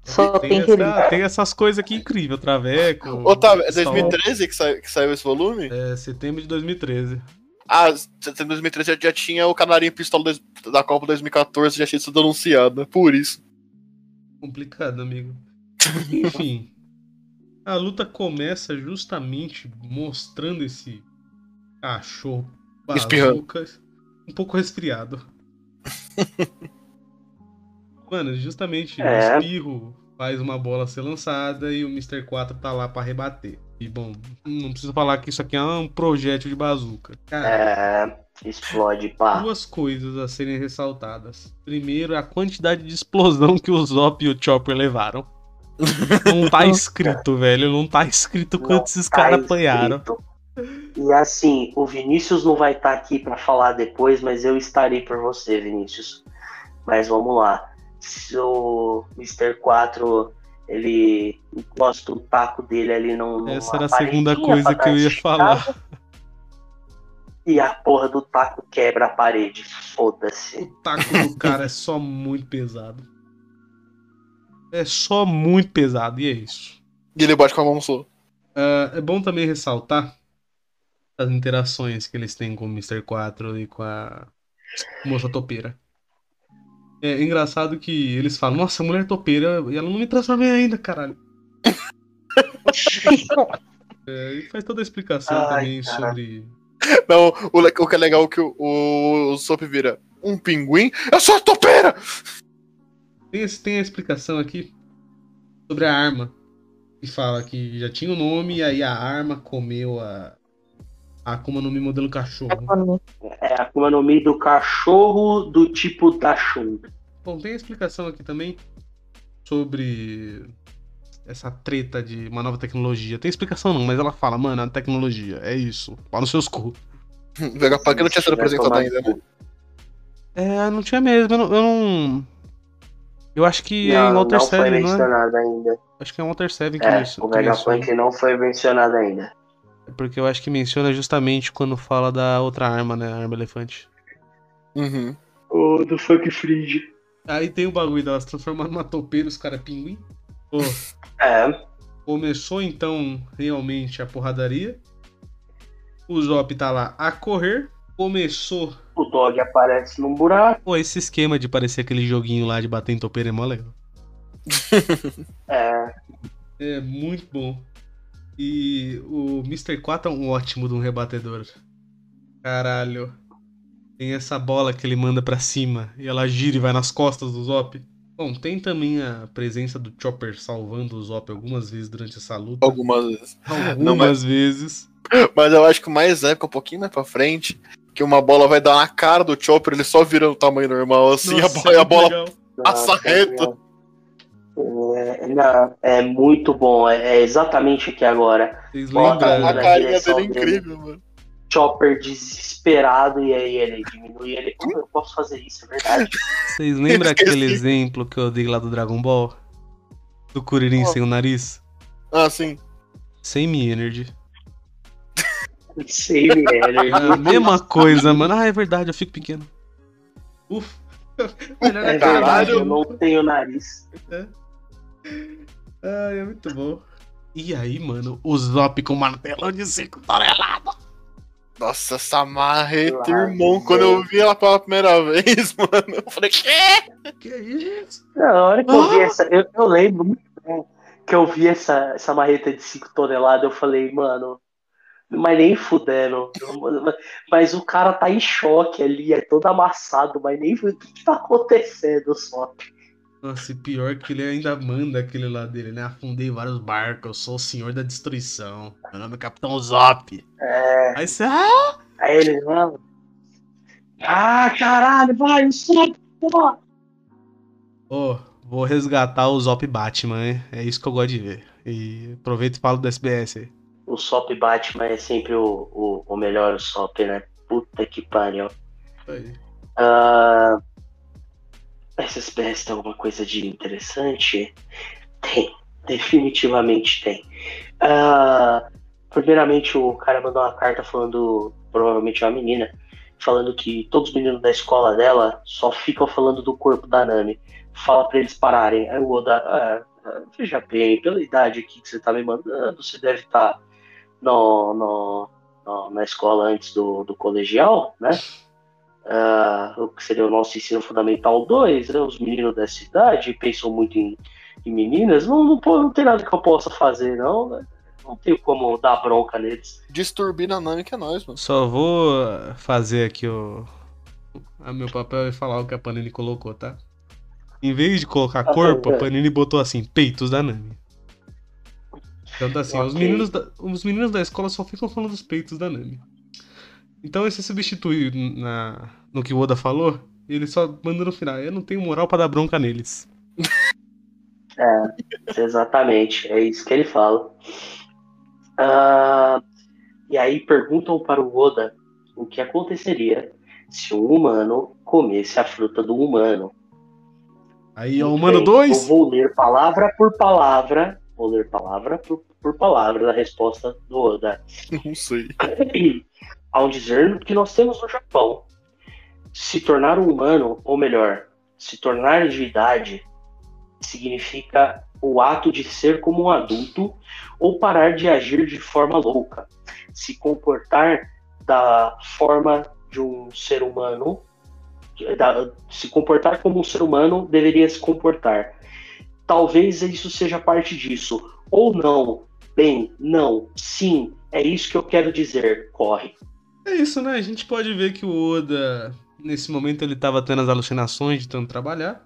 D: Só tem,
B: Tem,
D: que
B: essa- tem essas coisas aqui incríveis, Traveco.
E: Otávio, é
B: Sol.
E: 2013 que, sai- que saiu esse volume?
B: É, setembro de 2013.
E: Ah, em 2013 já, já tinha o Canarinho Pistola dois- da Copa 2014, já tinha sido anunciado, né? por isso.
B: Complicado, amigo. Enfim. A luta começa justamente mostrando esse cachorro
E: Espirrando.
B: bazuca um pouco resfriado. Mano, justamente
C: É.
B: o espirro faz uma bola ser lançada e o Mr. 4 tá lá pra rebater. E bom, não preciso falar que isso aqui é um projétil de bazuca. Cara,
C: É, explode, pá.
B: duas coisas a serem ressaltadas. Primeiro, a quantidade de explosão que o Zop e o Chopper levaram. Não tá escrito, velho. Não tá escrito
C: Não
B: quantos esses
C: tá
B: caras apanharam.
C: escrito. E assim, o Vinícius não vai estar aqui pra falar depois, mas eu estarei por você, Vinícius. Mas vamos lá. Se o Mr. 4 ele encosta o taco dele ali num.
B: Essa era
C: numa
B: a segunda
C: paredinha
B: coisa
C: pra
B: que eu
C: dar
B: ia
C: esticada,
B: falar.
C: E a porra do taco quebra a parede. Foda-se.
B: O taco do cara é só muito pesado. É só muito pesado, e é isso.
E: E ele bate com a mão só.
B: Ah, é bom também ressaltar as interações que eles têm com o Mr. 4 e com a moça topeira. É engraçado que eles falam, nossa, a mulher topeira, e ela não me transformei ainda, caralho.
D: ele.
B: É, e faz toda a explicação
C: Ai,
B: também
C: cara.
B: sobre.
E: Não, o, le- o que é legal é que o, o, o Sop vira um pinguim. Eu sou a topeira!
B: Tem, esse- tem a explicação aqui sobre a arma. Que fala que já tinha o nome, e aí a arma comeu a. A Akuma no Mi modelo cachorro. né?
C: É a Akuma no Mi do cachorro do tipo da Shun.
B: Bom, tem a explicação aqui também sobre essa treta de uma nova tecnologia. Tem explicação não, mas ela fala, mano, a tecnologia, é isso. Lá nos seus cu.
E: O Vegapunk não tinha sido
C: Vai
E: apresentado
C: tomar
E: ainda, né?
B: É, não tinha mesmo, eu não. Eu, não- eu acho que é em
C: Não,
B: Walter
C: não foi
B: Seven, não é?
C: mencionado ainda.
B: Acho que é em Walter Seven que
C: É,
B: isso-
C: o
B: que isso-
C: Vegapunk não foi mencionado ainda.
B: É Porque eu acho que menciona justamente quando fala da outra arma, né? A arma elefante.
E: Uhum.
C: O do Funk Fringe.
B: Aí tem o bagulho delas transformar numa topeira os caras pinguim. Pô,
C: É,
B: começou então realmente a porradaria. O Zop tá lá a correr. Começou.
C: o Dog aparece num buraco.
B: Pô, esse esquema de parecer aquele joguinho lá de bater em topeira é mó legal.
C: É,
B: É muito bom. E o Mr. 4 é um ótimo de um rebatedor. Caralho. Tem essa bola que ele manda pra cima e ela gira e vai nas costas do Zop. Bom, tem também a presença do Chopper salvando o Zop algumas vezes durante essa luta.
E: Algumas vezes.
B: Algumas
E: Não, mas-
B: vezes.
E: Mas eu acho que o mais épico, um pouquinho mais pra frente, que uma bola vai dar na cara do Chopper, ele só vira o tamanho normal, assim, a
B: Nossa,
E: bola, e a
B: muito
E: bola
B: legal.
E: Passa
C: não,
E: reto.
C: né? É, é, não, é muito bom, é, é exatamente aqui agora.
B: Vocês
C: Bota
E: A
B: lembram?
C: na
E: carinha
C: direção
E: dele é
C: dele.
E: incrível, mano.
C: Chopper desesperado, e aí ele diminui ele. Como eu posso fazer isso? É verdade.
B: Vocês lembram
E: Esqueci.
B: aquele exemplo que eu dei lá do Dragon Ball? Do Kuririn sem o nariz?
E: Ah, sim.
B: Sem me energy.
C: Sei, velho.
B: É a mesma coisa, mano. Ah, é verdade, eu fico pequeno. Ufa. Melhor
C: É
B: aquela-
C: verdade, eu não tenho nariz.
B: Ai, é muito bom. E aí, mano, o Zop com martelo de 5 toneladas.
E: Nossa, essa marreta,
C: Claro, né?
E: irmão. Quando eu vi ela pela primeira vez, mano, eu falei, quê?
B: Que isso?
C: Na hora que eu vi essa, eu, eu lembro muito bem que eu vi essa, essa marreta de 5 toneladas, eu falei, mano, mas nem fudendo. Mas o cara tá em choque ali, é todo amassado, mas nem o que, que tá acontecendo só.
B: Nossa, e pior que ele ainda manda aquele lá dele, né? Afundei vários barcos, eu sou o senhor da destruição. Meu nome é Capitão Zop.
C: É,
B: Aí você. Ah!
C: aí ele, mano. Ah, caralho, vai, o Zop, porra!
B: Ô, vou resgatar o Zop Batman, hein? É isso que eu gosto de ver. E aproveito e falo do SBS aí.
C: O Sop Batman é sempre o, o, o melhor, o Sop, né? Puta que pariu.
B: Aí.
C: Ah, essas peças têm alguma coisa de interessante? Tem, definitivamente tem. Ah, primeiramente, o cara mandou uma carta falando, provavelmente é uma menina, falando que todos os meninos da escola dela só ficam falando do corpo da Nami. Fala pra eles pararem. Aí É, o Oda, ah, veja bem, pela idade aqui que você tá me mandando, você deve estar no, no, no- na escola antes do, do colegial, né? Ah, o que seria o nosso ensino fundamental 2, né? Os meninos dessa idade pensam muito em, em meninas, não, não, pô- não tem nada que eu possa fazer, não, né? Não tenho como dar bronca neles.
E: Disturbina a Nami que é nós, mano.
B: Só vou fazer aqui o, o meu papel e falar o que a Panini colocou, tá? Em vez de colocar
C: Tá
B: corpo, a
C: bom,
B: Panini botou assim, peitos da Nami. Então tá assim, ó, os,
C: Ok.
B: meninos da, os meninos da escola só ficam falando dos peitos da Nami. Então esse substitui na, no que o Oda falou, e ele só manda no final, eu não tenho moral pra dar bronca neles.
C: Exatamente, é isso que ele fala. Ah, e aí perguntam para o Oda o que aconteceria se um humano comesse a fruta do humano.
B: Aí, ó,
C: Muito
B: é humano
C: bem, É, Eu
B: 2,
C: vou ler palavra por palavra, vou ler palavra por, por palavra da resposta do Oda.
E: Não sei.
C: Ao dizer no que nós temos no Japão, se tornar um humano, ou melhor, se tornar de idade, significa o ato de ser como um adulto ou parar de agir de forma louca, se comportar da forma de um ser humano, da- se comportar como um ser humano deveria se comportar. Talvez isso seja parte disso, ou não. Bem, não, sim, é isso que eu quero dizer. Corre.
B: É isso, né? A gente pode ver que o Oda, nesse momento, ele tava tendo as alucinações de tanto trabalhar.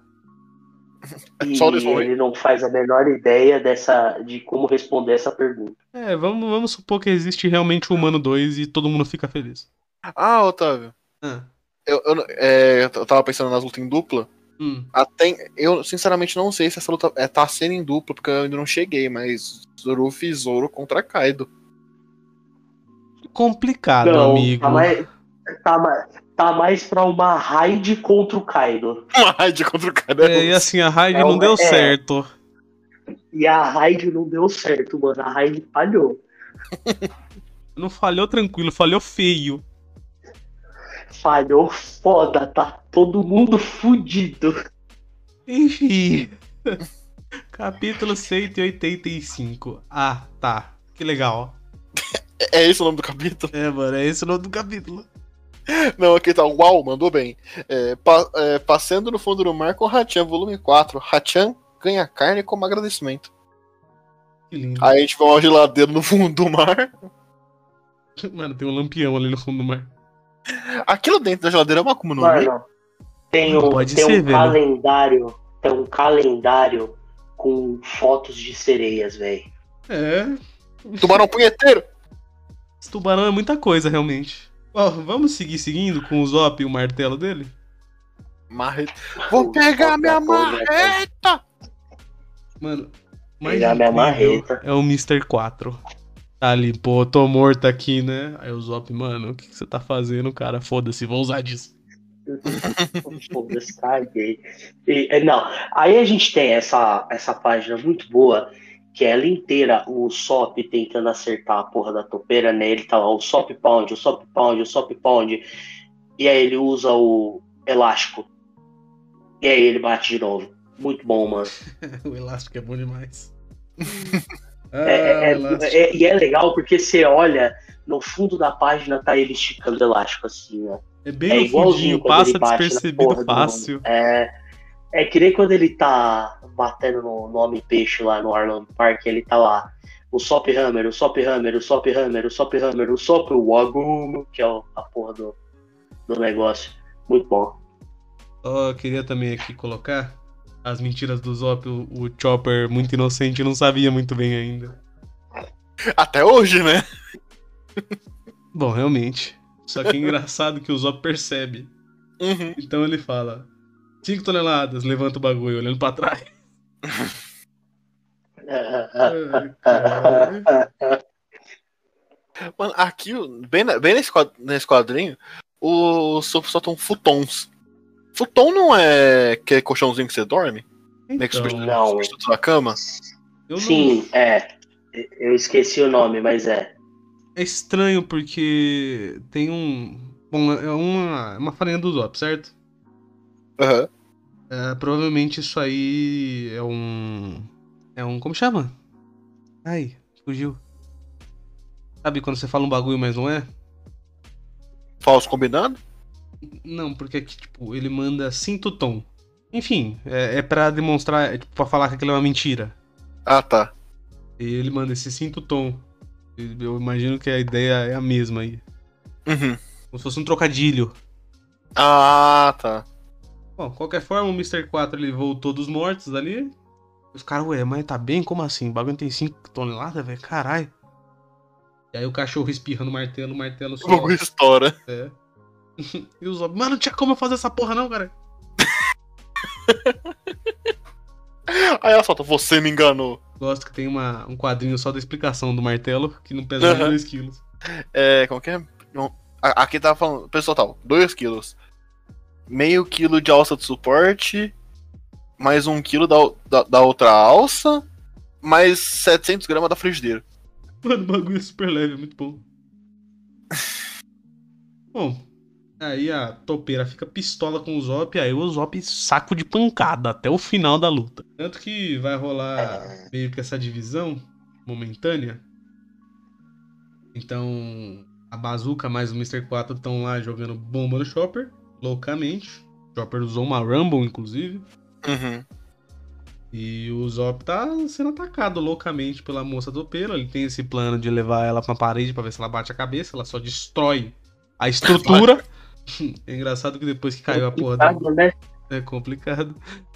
C: E
E: Só nesse momento.
C: ele não faz a menor ideia dessa, de como responder essa pergunta.
B: É, vamos, vamos supor que existe realmente o Humano 2 e todo mundo fica feliz.
E: Ah, Otávio.
B: Ah,
E: Eu, eu, não- é, eu tava pensando nas lutas em dupla.
B: hum.
E: Até, eu sinceramente não sei se essa luta é, tá sendo em dupla, porque eu ainda não cheguei, mas Zorofi e Zoro contra Kaido.
B: Complicado, amigo.
C: tá mais, tá, ma- tá mais pra uma raid contra o Kaido.
E: Uma raid contra o Kaido.
B: É, e assim, a raid
C: É
B: não
C: uma-
B: deu
C: é.
B: certo.
C: E a raid não deu certo, mano. A raid falhou.
B: Não falhou tranquilo, falhou feio.
C: Falhou foda, tá todo mundo fudido.
B: Enfim. Capítulo 185. Ah, tá. Que legal.
E: é esse o nome do capítulo?
B: É, mano, é esse o nome do capítulo.
E: Não, aqui tá. Uau, mandou bem. É, pa- é, passando no fundo do mar com Hachan, volume 4. Hachan ganha carne como agradecimento.
B: Que lindo.
E: Aí a gente vê uma geladeira no fundo do mar.
B: Mano, tem um lampião ali no fundo do mar.
E: Aquilo dentro da geladeira é uma Akuma no Mi.
C: Mano, tem
B: Não
C: um,
B: pode
C: tem
B: ser,
C: um
B: velho.
C: calendário. Tem um calendário com fotos de sereias, velho.
B: É,
E: Tubarão punheteiro.
B: Esse tubarão é muita coisa, realmente. Ó, vamos seguir seguindo com o Zop e o martelo dele?
E: Marreta. Vou pegar minha
C: é
E: marreta.
B: Mano,
C: Pegar é minha
B: incrível
C: marreta.
B: É o Mr. 4. Tá ali, pô, tô morto aqui, né? Aí o Zop, mano, o que, que você tá fazendo, cara? Foda-se, vou usar disso.
C: Foda-se, caguei. E, é, não, aí a gente tem essa, essa página muito boa, que é ela inteira, o Sop tentando acertar a porra da topeira, né? Ele tá lá, o Sop Pound, o Sop Pound, o Sop Pound. E aí ele usa o elástico. E aí ele bate de novo. Muito bom, mano.
B: o elástico é bom demais. Ah,
C: É, é- é- é- e é legal porque você olha, no fundo da página tá ele esticando elástico assim, ó.
B: bem
C: é
B: no
C: igualzinho
B: fundinho,
C: quando
B: passa
C: ele bate na porra
B: despercebido
C: do
B: fácil.
C: É, é que nem quando ele tá batendo no nome peixe lá no Arlong Park, ele tá lá. O Sop Hammer, o Sop Hammer, o Sop Hammer, o Sop Hammer, o Sop Wagumo, que é o- a porra do, do negócio. Muito bom.
B: Ó, eu queria também aqui colocar as mentiras do Zop, o, o Chopper, muito inocente, não sabia muito bem ainda.
E: Até hoje, né?
B: Bom, realmente. Só que é engraçado que o Zop percebe.
E: Uhum.
B: Então ele fala: 5 toneladas, levanta o bagulho, olhando pra trás. Ai, caralho.
E: Mano, aqui, bem, na- bem nesse, quad- nesse quadrinho, os só soltam um futons. Futon não é que é colchãozinho que você dorme? Meio é que
B: Então,
E: substituto substituto da cama?
B: eu não-
C: Sim, é. Eu esqueci o nome, mas é.
B: É estranho porque tem um. Bom, é uma, é uma farinha do Zop, certo?
E: Aham.
B: É, provavelmente isso aí é um. É um. Como chama? Ai, fugiu. Sabe quando você fala um bagulho, mas não é?
E: Falso combinado?
B: Não, porque aqui, tipo, ele manda sinto tom. Enfim, é, é pra demonstrar, é, tipo, pra falar que aquilo é uma mentira.
E: Ah, tá.
B: E ele manda esse sinto tom. Eu imagino que a ideia é a mesma aí.
E: Uhum.
B: Como se fosse um trocadilho.
E: Ah, tá.
B: Bom, qualquer forma, o Mr. 4 ele voltou dos mortos ali. Os caras, ué, mas tá bem? Como assim? O bagulho tem 5 toneladas, velho? Caralho. E aí o cachorro espirrando o martelo, o martelo
E: O bagulho estoura.
B: É. E os homens, mano, não tinha como eu fazer essa porra não, cara.
E: Aí ela solta, você me enganou.
B: Gosto que tem uma, um quadrinho só da explicação do martelo, que não pesa nem
E: Aham.
B: 2 quilos.
E: É, como que é? Não, a- Aqui tá falando, peso total, 2 quilos. Meio quilo de alça de suporte, mais 1 um quilo da, o- da, da outra alça, mais 700 gramas da frigideira.
B: Mano, o bagulho é super leve, é muito bom. Bom, aí a topeira fica pistola com o Zop, aí o Zop saco de pancada até o final da luta. Tanto que vai rolar meio que essa divisão momentânea. Então, a Bazuca mais o Mr. 4 estão lá jogando bomba no Chopper, loucamente. O Chopper usou uma Rumble, inclusive.
E: Uhum.
B: E o Zop tá sendo atacado loucamente pela moça do pelo. Ele tem esse plano de levar ela pra uma parede pra ver se ela bate a cabeça. Ela só destrói a estrutura. é engraçado que depois que caiu a porra do.
C: Complicado, né?
B: É complicado.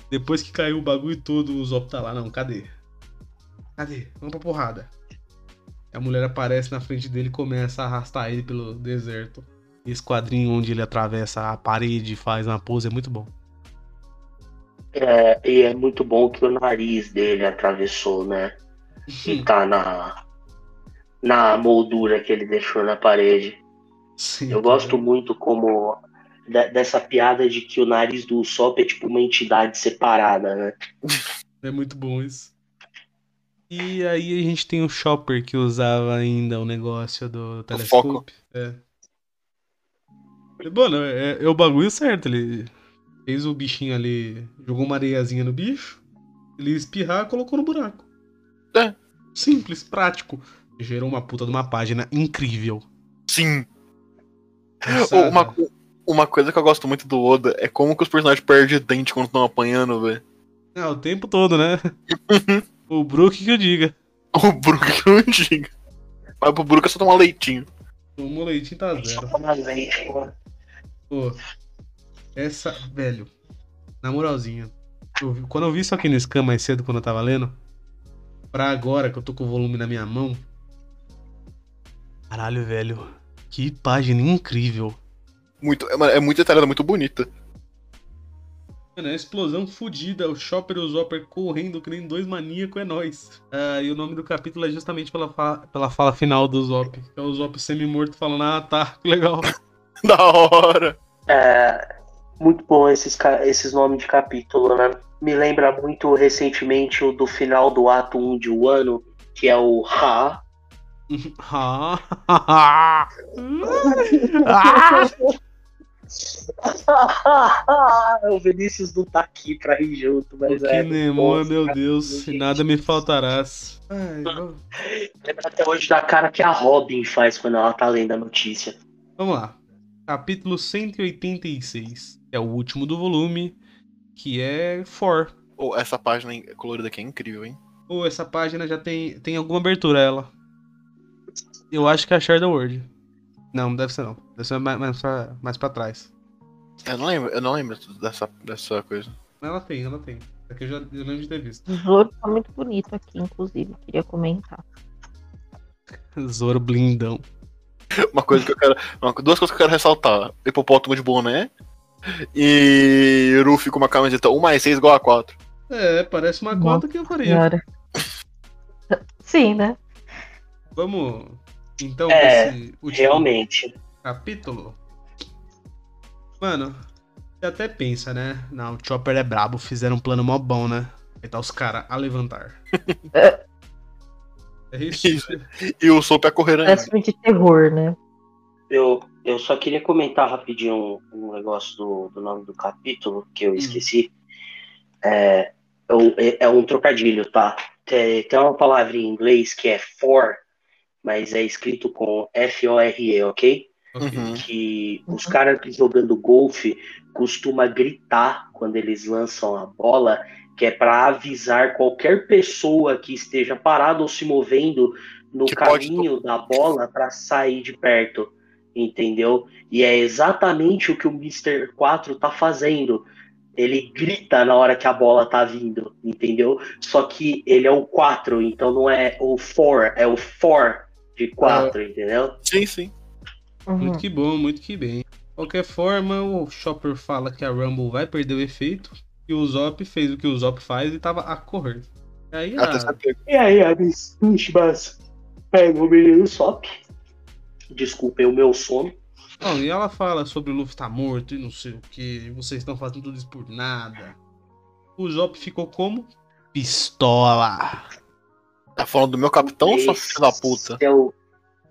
B: Depois que caiu o bagulho todo, o Zop tá lá. Não, cadê? Cadê? Vamos pra porrada. A mulher aparece na frente dele e começa a arrastar ele pelo deserto. Esse quadrinho onde ele atravessa a parede e faz uma pose é muito bom.
C: É, e é muito bom que o nariz dele atravessou, né? E tá na, na moldura que ele deixou na parede.
B: Sim,
C: Eu gosto muito como de- dessa piada de que o nariz do Usopp é tipo uma entidade separada, né?
B: É muito bom isso. E aí a gente tem o Chopper que usava ainda o negócio do telescópio. É. E, Mano, é, é o bagulho certo. Ele fez o bichinho ali, jogou uma areiazinha no bicho, ele ia espirrar colocou no buraco.
E: É.
B: Simples, prático. Gerou uma puta de uma página incrível.
E: Sim.
B: Pensada.
E: Uma, co- uma coisa que eu gosto muito do Oda é como que os personagens perdem dente quando estão apanhando, velho.
B: É, o tempo todo, né? o Brook que eu diga.
E: O Brook não diga. Mas pro Brook é só tomar leitinho.
B: O leitinho tá zero.
C: Só tipo, na leite, pô.
B: Pô, essa, velho, na moralzinha, eu vi- quando eu vi isso aqui no scan mais cedo, quando eu tava lendo, pra agora que eu tô com o volume na minha mão, caralho, velho, que página incrível.
E: Muito, é, mano, é muito detalhada, muito bonita.
B: Mano, é uma explosão fodida, o Chopper e o Zopper correndo que nem dois maníacos, é nóis. Ah, e o nome do capítulo é justamente pela fala, pela fala final do Zop, que é o Zop semi-morto falando, ah tá, que legal.
E: Da hora.
C: É, muito bom esses, ca- esses nomes de capítulo, né? Me lembra muito recentemente o do final do ato 1 de Wano, que é o Ha.
B: Ah, ah, ah.
C: o Vinícius não tá aqui pra ir junto, mas
B: O
C: é.
B: Kinemon,
C: muito bom.
B: meu Deus, e nada me faltarás.
C: Ah.
B: Ai, vamos-
C: Lembra até hoje da cara que a Robin faz quando ela tá lendo a notícia.
B: vamos lá. Capítulo 186. É o último do volume, que é For.
E: Oh, essa página colorida aqui é incrível, hein?
B: Pô, essa página já tem, tem alguma abertura, ela. Eu acho que é a Shadow World. Não, não deve ser não. Deve ser mais, mais, pra, mais pra trás.
E: Eu não lembro, eu não lembro dessa, dessa coisa.
B: Mas Ela tem, ela tem. Aqui eu já eu lembro de ter visto.
D: Zoro tá muito bonito aqui, inclusive. Queria comentar.
B: Zoro blindão.
E: Uma coisa que eu quero. uma- duas coisas que eu quero ressaltar: hipopótamo de boné e Ruffy com uma camiseta 1 mais 6 igual a 4.
B: É, parece uma
D: Nossa
B: cota que eu faria.
D: Senhora. Sim, né?
B: Vamos, então,
C: É,
B: esse último
C: Realmente.
B: capítulo. Mano, você até pensa, né? Não, o Chopper é brabo, fizeram um plano mó bom, né? Aí tá os caras a levantar.
D: É.
B: É isso.
E: E o Soap é correr ainda.
D: Parece filme de terror, né?
C: Eu, eu só queria comentar rapidinho um, um negócio do, do nome do capítulo que eu esqueci. É, é um, é- é um trocadilho, tá? Tem, tem uma palavra em inglês que é for, mas é escrito com F-O-R-E, ok?
B: Ok.
E: Uhum.
C: Que os
D: Uhum.
C: caras que jogando golfe costuma gritar quando eles lançam a bola, que é para avisar qualquer pessoa que esteja parada ou se movendo no
E: Que pode
C: caminho da bola para sair de perto, entendeu? E é exatamente o que o Mr. 4 tá fazendo ele grita na hora que a bola tá vindo, entendeu? Só que ele é o 4, então não é o 4, é o 4 de 4, entendeu?
E: Sim, sim.
D: Uhum.
B: Muito que bom, muito que bem. Qualquer forma, o Chopper fala que a Rumble vai perder o efeito e o Zop fez o que o Zop faz e tava a correr. Aí ah,
E: Até
B: a,
E: você pega.
C: E aí, Abis, mas pega o menino Sop. Desculpem o meu sono.
B: Não, e ela fala sobre o Luffy tá morto e não sei o que, vocês estão fazendo tudo isso por nada. O Zop ficou como? Pistola.
E: Tá falando do meu capitão, sua
C: Esse
E: filha da puta.
C: É o,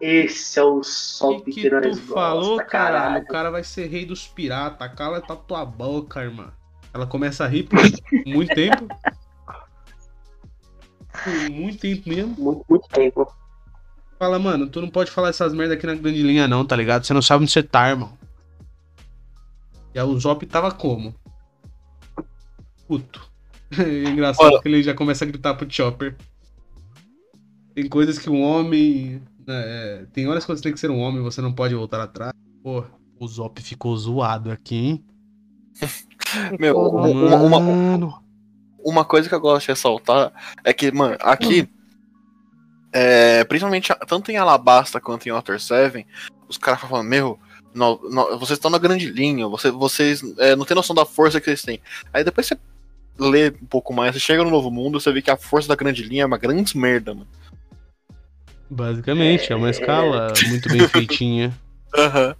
C: esse é o
B: O
C: Sop
B: que,
C: que,
B: que tu
C: nós
B: falou, caralho?
C: gosta, tá caralho.
B: O cara vai ser rei dos piratas. Cala tá tua boca, irmã. Ela começa a rir por muito tempo. Por muito tempo mesmo.
C: Muito, muito tempo.
B: Fala, mano, tu não pode falar essas merda aqui na grande linha, não, tá ligado? Você não sabe onde você tá, irmão. E aí o Zop tava como? Puto. É engraçado
E: Olha-
B: que ele já começa a gritar pro Chopper. Tem coisas que um homem. né, é, tem horas que você tem que ser um homem, você não pode voltar atrás. Pô, o Zop ficou zoado aqui, hein?
E: Meu,
D: Ficou
E: uma- uma- uma-
B: Mano.
E: uma coisa que eu gosto de ressaltar é que, mano, aqui, é, principalmente a- tanto em Alabasta quanto em Outer Seven, os caras ficam falando, meu, no- no- vocês estão na grande linha, você- vocês é, não tem noção da força que vocês têm. Aí depois você lê um pouco mais, você chega no Novo Mundo, você vê que a força da grande linha é uma grande merda, mano.
B: Basicamente, é uma escala muito bem feitinha.
E: Aham.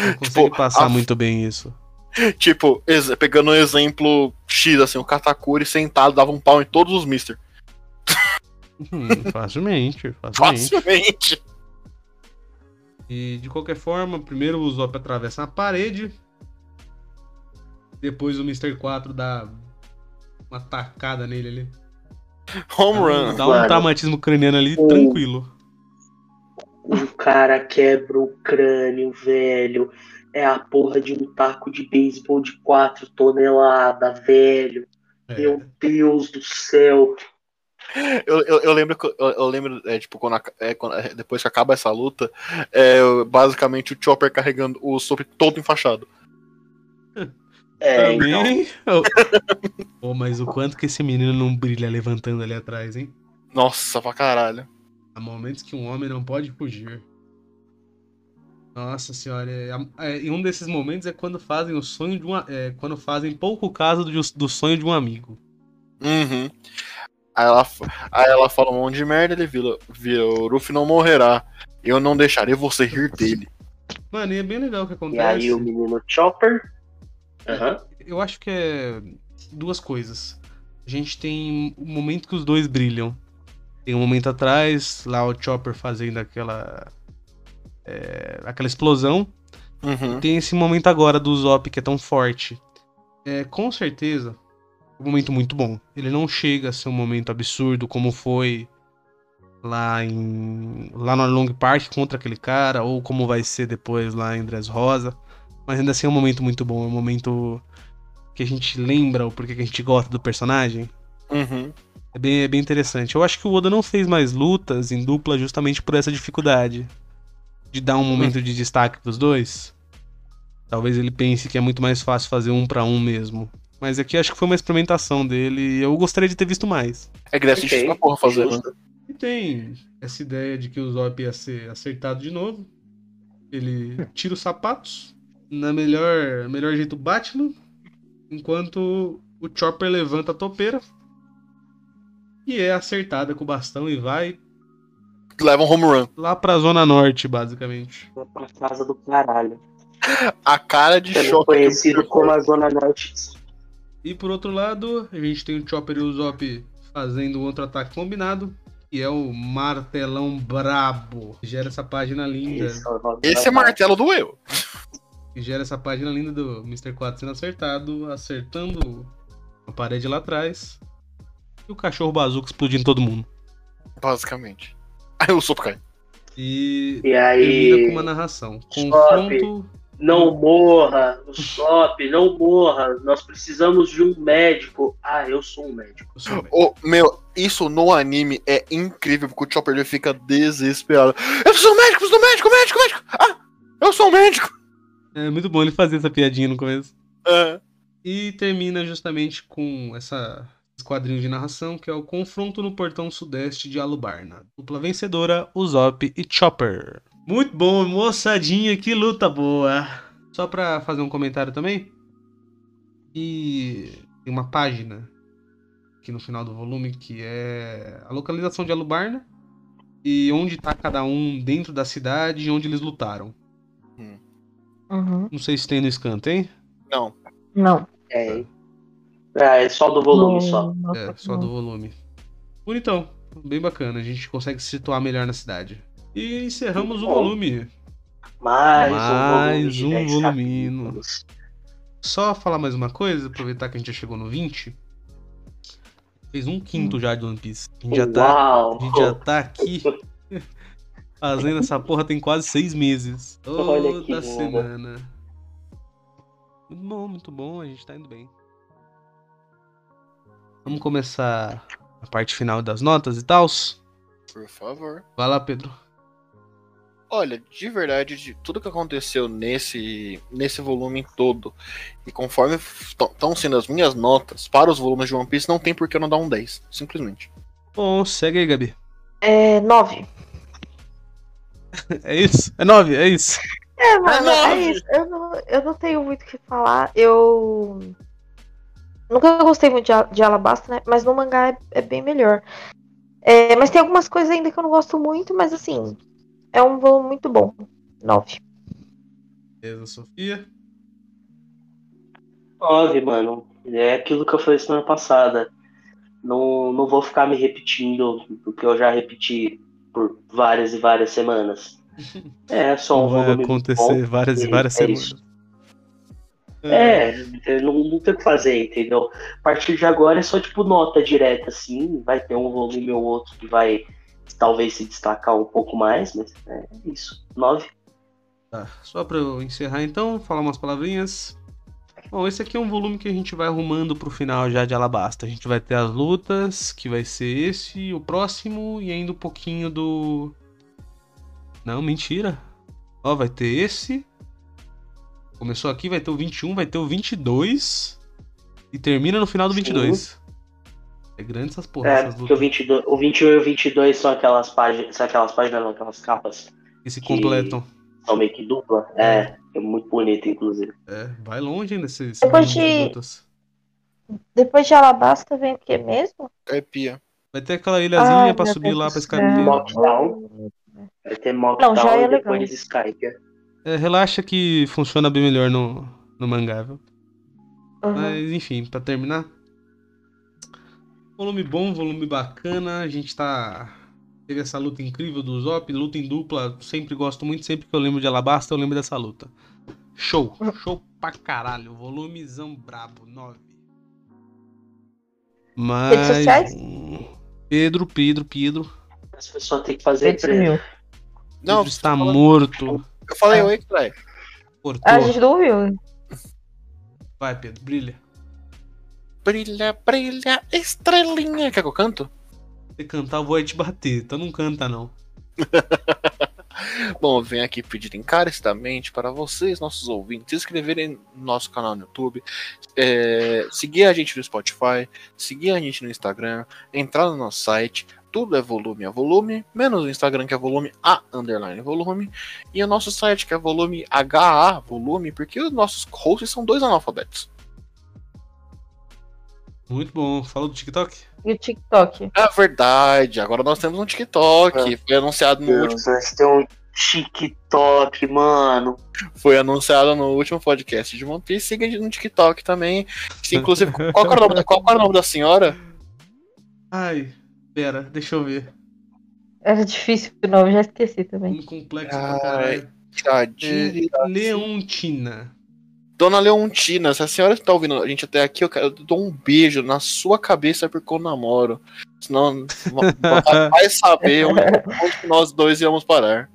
B: Não consegue passar
E: a-
B: muito bem isso.
E: Tipo, ex- pegando um exemplo X, assim, o Katakuri sentado dava um pau em todos os Mister.
B: Hum, facilmente, facilmente.
E: Facilmente.
B: E de qualquer forma, primeiro o Zop atravessa a parede. Depois o Mr. 4 dá uma tacada nele ali.
E: Home run.
B: Dá um
C: Claro.
B: traumatismo craniano ali,
C: Hum.
B: tranquilo.
C: O cara quebra o crânio, velho. É a porra de um taco de beisebol de 4 toneladas, velho.
B: É.
C: Meu Deus do céu.
E: Eu, eu, eu lembro, que- eu, eu lembro é, tipo, quando, ac- é, quando- é, depois que acaba essa luta, é, eu- basicamente o Chopper carregando o Sop todo enfaixado.
C: É, então.
B: Também. Pô, mas o quanto que esse menino não brilha levantando ali atrás, hein?
E: Nossa, pra caralho.
B: Há momentos que um homem não pode fugir. Nossa senhora, é- é- e um desses momentos é quando fazem o sonho de uma. é, quando fazem pouco caso do, do sonho de um amigo.
E: Uhum. Aí ela, f- aí ela fala um monte de merda, ele vira, vira o Ruff não morrerá. Eu não deixarei você rir dele.
B: Mano, e é bem legal o que
C: E
B: acontece.
C: aí o menino Chopper. Aham.
B: Eu acho que é duas coisas. A gente tem o momento que os dois brilham. Tem um momento atrás, lá o Chopper fazendo aquela. é, aquela explosão.
E: Uhum.
B: Tem esse momento agora do Zop que é tão forte. É, com certeza, é um momento muito bom. Ele não chega a ser um momento absurdo como foi lá em lá no Long Park contra aquele cara ou como vai ser depois lá em Dress Rosa, mas ainda assim é um momento muito bom, é um momento que a gente lembra o porquê que a gente gosta do personagem.
E: Uhum.
B: É bem, é bem interessante. Eu acho que o Oda não fez mais lutas em dupla justamente por essa dificuldade de dar um momento de destaque pros dois. Talvez ele pense que é muito mais fácil fazer um pra um mesmo. Mas aqui acho que foi uma experimentação dele e eu gostaria de ter visto mais.
E: É Grécia
C: Ok.
E: okay. pra porra fazer, né? mano.
C: Justo.
B: E tem essa ideia de que o Zop ia ser acertado de novo. Ele tira os sapatos, na melhor, melhor jeito Batman, enquanto o Chopper levanta a topeira e é acertada com o bastão e vai
E: Leva um home run.
B: lá pra Zona Norte, basicamente.
C: Vai pra casa do caralho.
E: A cara de
C: Também
E: choque.
C: conhecido como a Zona Norte.
B: E por outro lado, a gente tem o Chopper e o Zop fazendo um outro ataque combinado, que é o Martelão Brabo. Que gera essa página linda.
C: Isso, o nome
E: Esse é
C: da
E: martelo do eu.
B: Que gera essa página linda do Mr. 4 sendo acertado, acertando a parede lá atrás. E o cachorro bazuca explodindo todo mundo.
E: basicamente. Aí o soco cai.
B: E
C: E
B: termina com uma
C: aí,
B: narração.
C: Stop.
B: Confronto.
C: não morra, no stop, não morra, nós precisamos de um médico. Ah, eu sou um médico.
B: Eu sou um velho.
E: Ô, meu, isso no anime é incrível, porque o Chopper ele fica desesperado. Eu preciso de um médico, preciso de um médico, médico, médico! Ah, eu sou um médico!
B: É muito bom ele fazer essa piadinha no começo.
E: É.
B: E termina justamente com essa, esse quadrinho de narração, que é o confronto no portão sudeste de Alubarna. Dupla vencedora, Usopp e Chopper. Muito bom, moçadinha, que luta boa. Só pra fazer um comentário também. E tem uma página aqui no final do volume que é a localização de Alubarna e onde tá cada um dentro da cidade e onde eles lutaram.
D: Uhum.
B: Não sei se tem no scan, tem?
E: Não,
D: Não.
C: É, hein? Ah, é só do volume só.
D: Não,
B: É,
D: não.
B: só do volume. Bonitão, bem bacana, a gente consegue se situar melhor na cidade. E encerramos o
C: Bom.
B: volume.
C: Mais,
B: Mais
C: um
B: um
C: volume. de 10
B: volumino.
C: capítulos.
B: Só falar mais uma coisa, aproveitar que a gente já chegou no 20. Fez um quinto já de One Piece. A gente já tá,
C: Uau!
B: a gente já tá aqui fazendo essa porra tem quase seis meses.
C: Olha que
B: Toda
C: né? lindo.
B: semana. Muito bom, muito bom, a gente tá indo bem. Vamos começar a parte final das notas e tals.
E: por favor.
B: Vai lá, Pedro.
E: Olha, de verdade, de tudo que aconteceu nesse, nesse volume todo, e conforme estão sendo as minhas notas para os volumes de One Piece, não tem por que eu não dar um 10, simplesmente.
B: Bom, segue aí, Gabi.
D: É, nove.
B: É isso? É nove, é isso.
D: É, mano,
E: Ah, não!
D: é isso. Eu não, eu não tenho muito o que falar. Eu. Nunca gostei muito de, Al- de Alabasta, né? Mas no mangá é, é bem melhor. É, mas tem algumas coisas ainda que eu não gosto muito, mas assim. É um voo muito bom. Nove.
B: Beleza, Sofia.
C: Óbvio, mano. É aquilo que eu falei semana passada. Não, não vou ficar me repetindo, porque eu já repeti por várias e várias semanas. É só um
B: Vai
C: volume
B: acontecer várias e
C: e
B: várias
C: é
B: semanas.
C: É, é, não, não tem o que fazer, entendeu? A partir de agora é só tipo nota direta, assim, vai ter um volume ou outro que vai talvez se destacar um pouco mais, mas é isso. Nove.
B: Tá, só pra eu encerrar então, falar umas palavrinhas. Bom, esse aqui é um volume que a gente vai arrumando pro final já de Alabasta. A gente vai ter as lutas, que vai ser esse, o próximo, e ainda um pouquinho do. Não, mentira. Ó, vai ter esse. Começou aqui, vai ter o 21, vai ter o 22. E termina no final do
C: Sim.
B: 22. É grande essas porras,
C: É,
B: essas
C: porque o,
B: lutas
C: 22, o 21 e o 22 são aquelas páginas, são aquelas páginas, não, aquelas capas,
B: que se completam.
C: são meio que dupla. É, é muito bonito, inclusive.
B: É, vai longe ainda esse, esse
D: Eu
B: volume
D: achei-
B: de lutas.
D: Depois de Alabasta vem o que mesmo?
E: É pia.
B: Vai ter aquela ilhazinha
D: Ai,
B: Um pra
D: meu
B: subir
D: Deus
B: lá
D: do
B: pra
D: céu.
B: escalar.
C: um. Vai ter Mock
D: Não, já
C: Town
D: é
C: e depois
D: legal.
C: Skype.
B: É, relaxa que funciona bem melhor no, no mangá, viu?
D: Uhum.
B: Mas enfim, pra terminar. Volume bom, volume bacana. A gente tá. Teve essa luta incrível do Zop, luta em dupla. Sempre gosto muito, sempre que eu lembro de Alabasta, eu lembro dessa luta. Show!
D: Uhum.
B: Show pra caralho. Volumezão brabo, 9. Mas.
D: Redes sociais?
B: Pedro, Pedro, Pedro.
C: As pessoas têm que fazer preço.
E: Não,
B: Pedro está morto.
E: eu falei oi, Clay.
D: A
B: Cortou.
D: gente não viu.
B: Vai, Pedro, brilha.
E: Brilha, brilha, estrelinha. Quer que eu canto?
B: Se cantar, eu vou te bater. Então não canta, não.
E: Bom, eu venho aqui pedir encarecidamente para vocês, nossos ouvintes, se inscreverem no nosso canal no YouTube, é, seguir a gente no Spotify, seguir a gente no Instagram, entrar no nosso site. Tudo é volume a volume, menos o Instagram que é volume a underline volume, e o nosso site que é volume HA volume, porque os nossos hosts são dois analfabetos.
B: Muito bom. Falou do TikTok?
D: E o TikTok.
E: É verdade, agora nós temos um TikTok, foi anunciado no último.
C: Deus, nós temos um TikTok, mano.
E: Foi anunciado no último podcast de One Piece. Siga a gente no TikTok também. Se, Inclusive, qual que era o nome da, qual que era o nome da senhora?
B: Ai, pera, deixa eu ver.
D: Era difícil o nome, já esqueci também.
B: Nome complexo
E: Ai,
B: pra caralho.
E: Tadinha.
B: É, Leontina.
E: Dona Leontina, se a senhora está ouvindo a gente até aqui, eu, quero, eu dou um beijo na sua cabeça porque eu namoro. Senão, va- vai saber onde, onde nós dois íamos parar.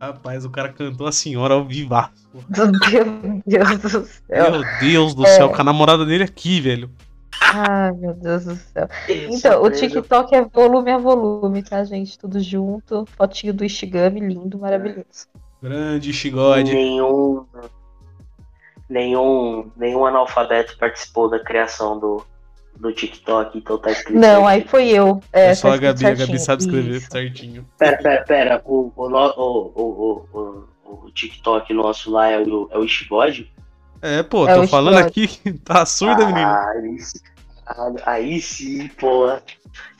B: Rapaz, o cara cantou a senhora ao vivar.
D: Meu Deus do céu.
B: Meu Deus
D: É.
B: do céu, com a namorada dele aqui, velho.
D: Ai, meu Deus do céu. Então, o TikTok é volume a volume, tá, gente? Tudo junto. Fotinho do Ishigami, lindo, maravilhoso.
B: Grande Xigode.
C: Nenhum, nenhum, nenhum analfabeto participou da criação do, do TikTok, então tá escrito.
D: Não, aí foi eu. É,
B: É só
D: tá
B: a Gabi, a Gabi
D: escrito certinho.
B: sabe escrever
D: Isso.
B: certinho.
C: Pera, pera, pera. O, o, no- o, o, o, o, o TikTok nosso lá é o, é o Ishigode?
B: É, pô,
D: É
B: tô
D: o
B: falando
D: Xigode.
B: aqui que tá surda, menino.
C: Ah, aí, sim. Ah, aí sim, pô.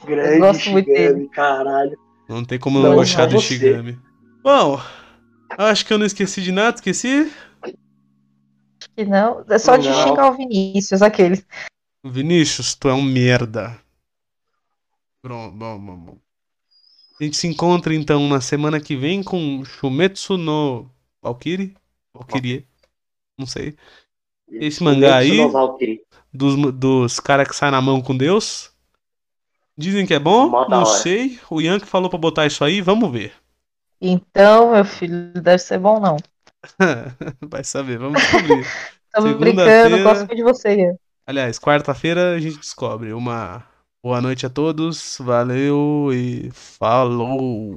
C: Grande
D: Eu gosto muito
C: Ishigami,
D: dele.
C: caralho.
B: Não tem como não
D: Não,
B: gostar
D: não,
B: do
C: você.
B: Shigami. Bom, acho que eu não esqueci de nada, esqueci.
D: Que não. É só de
C: Não.
D: xingar o Vinícius, aqueles.
B: Vinícius, tu é um merda. Pronto, bom, bom, bom. A gente se encontra então na semana que vem com Shumetsu no Valkyrie? Valkyrie? Não sei. Esse mangá aí-
C: Kimetsu no Valkyrie.
B: Dos, dos caras que saem na mão com Deus. Dizem que é bom,
C: Mó da
B: não
C: hora.
B: sei. O Ian que falou pra botar isso aí, vamos ver.
D: Então, meu filho, deve ser bom, não.
B: Vai saber, vamos descobrir.
D: Tamo
B: Segunda-feira-
D: brincando, gosto muito de você, Ian.
B: Aliás, quarta-feira a gente descobre. Uma boa noite a todos, valeu e falou!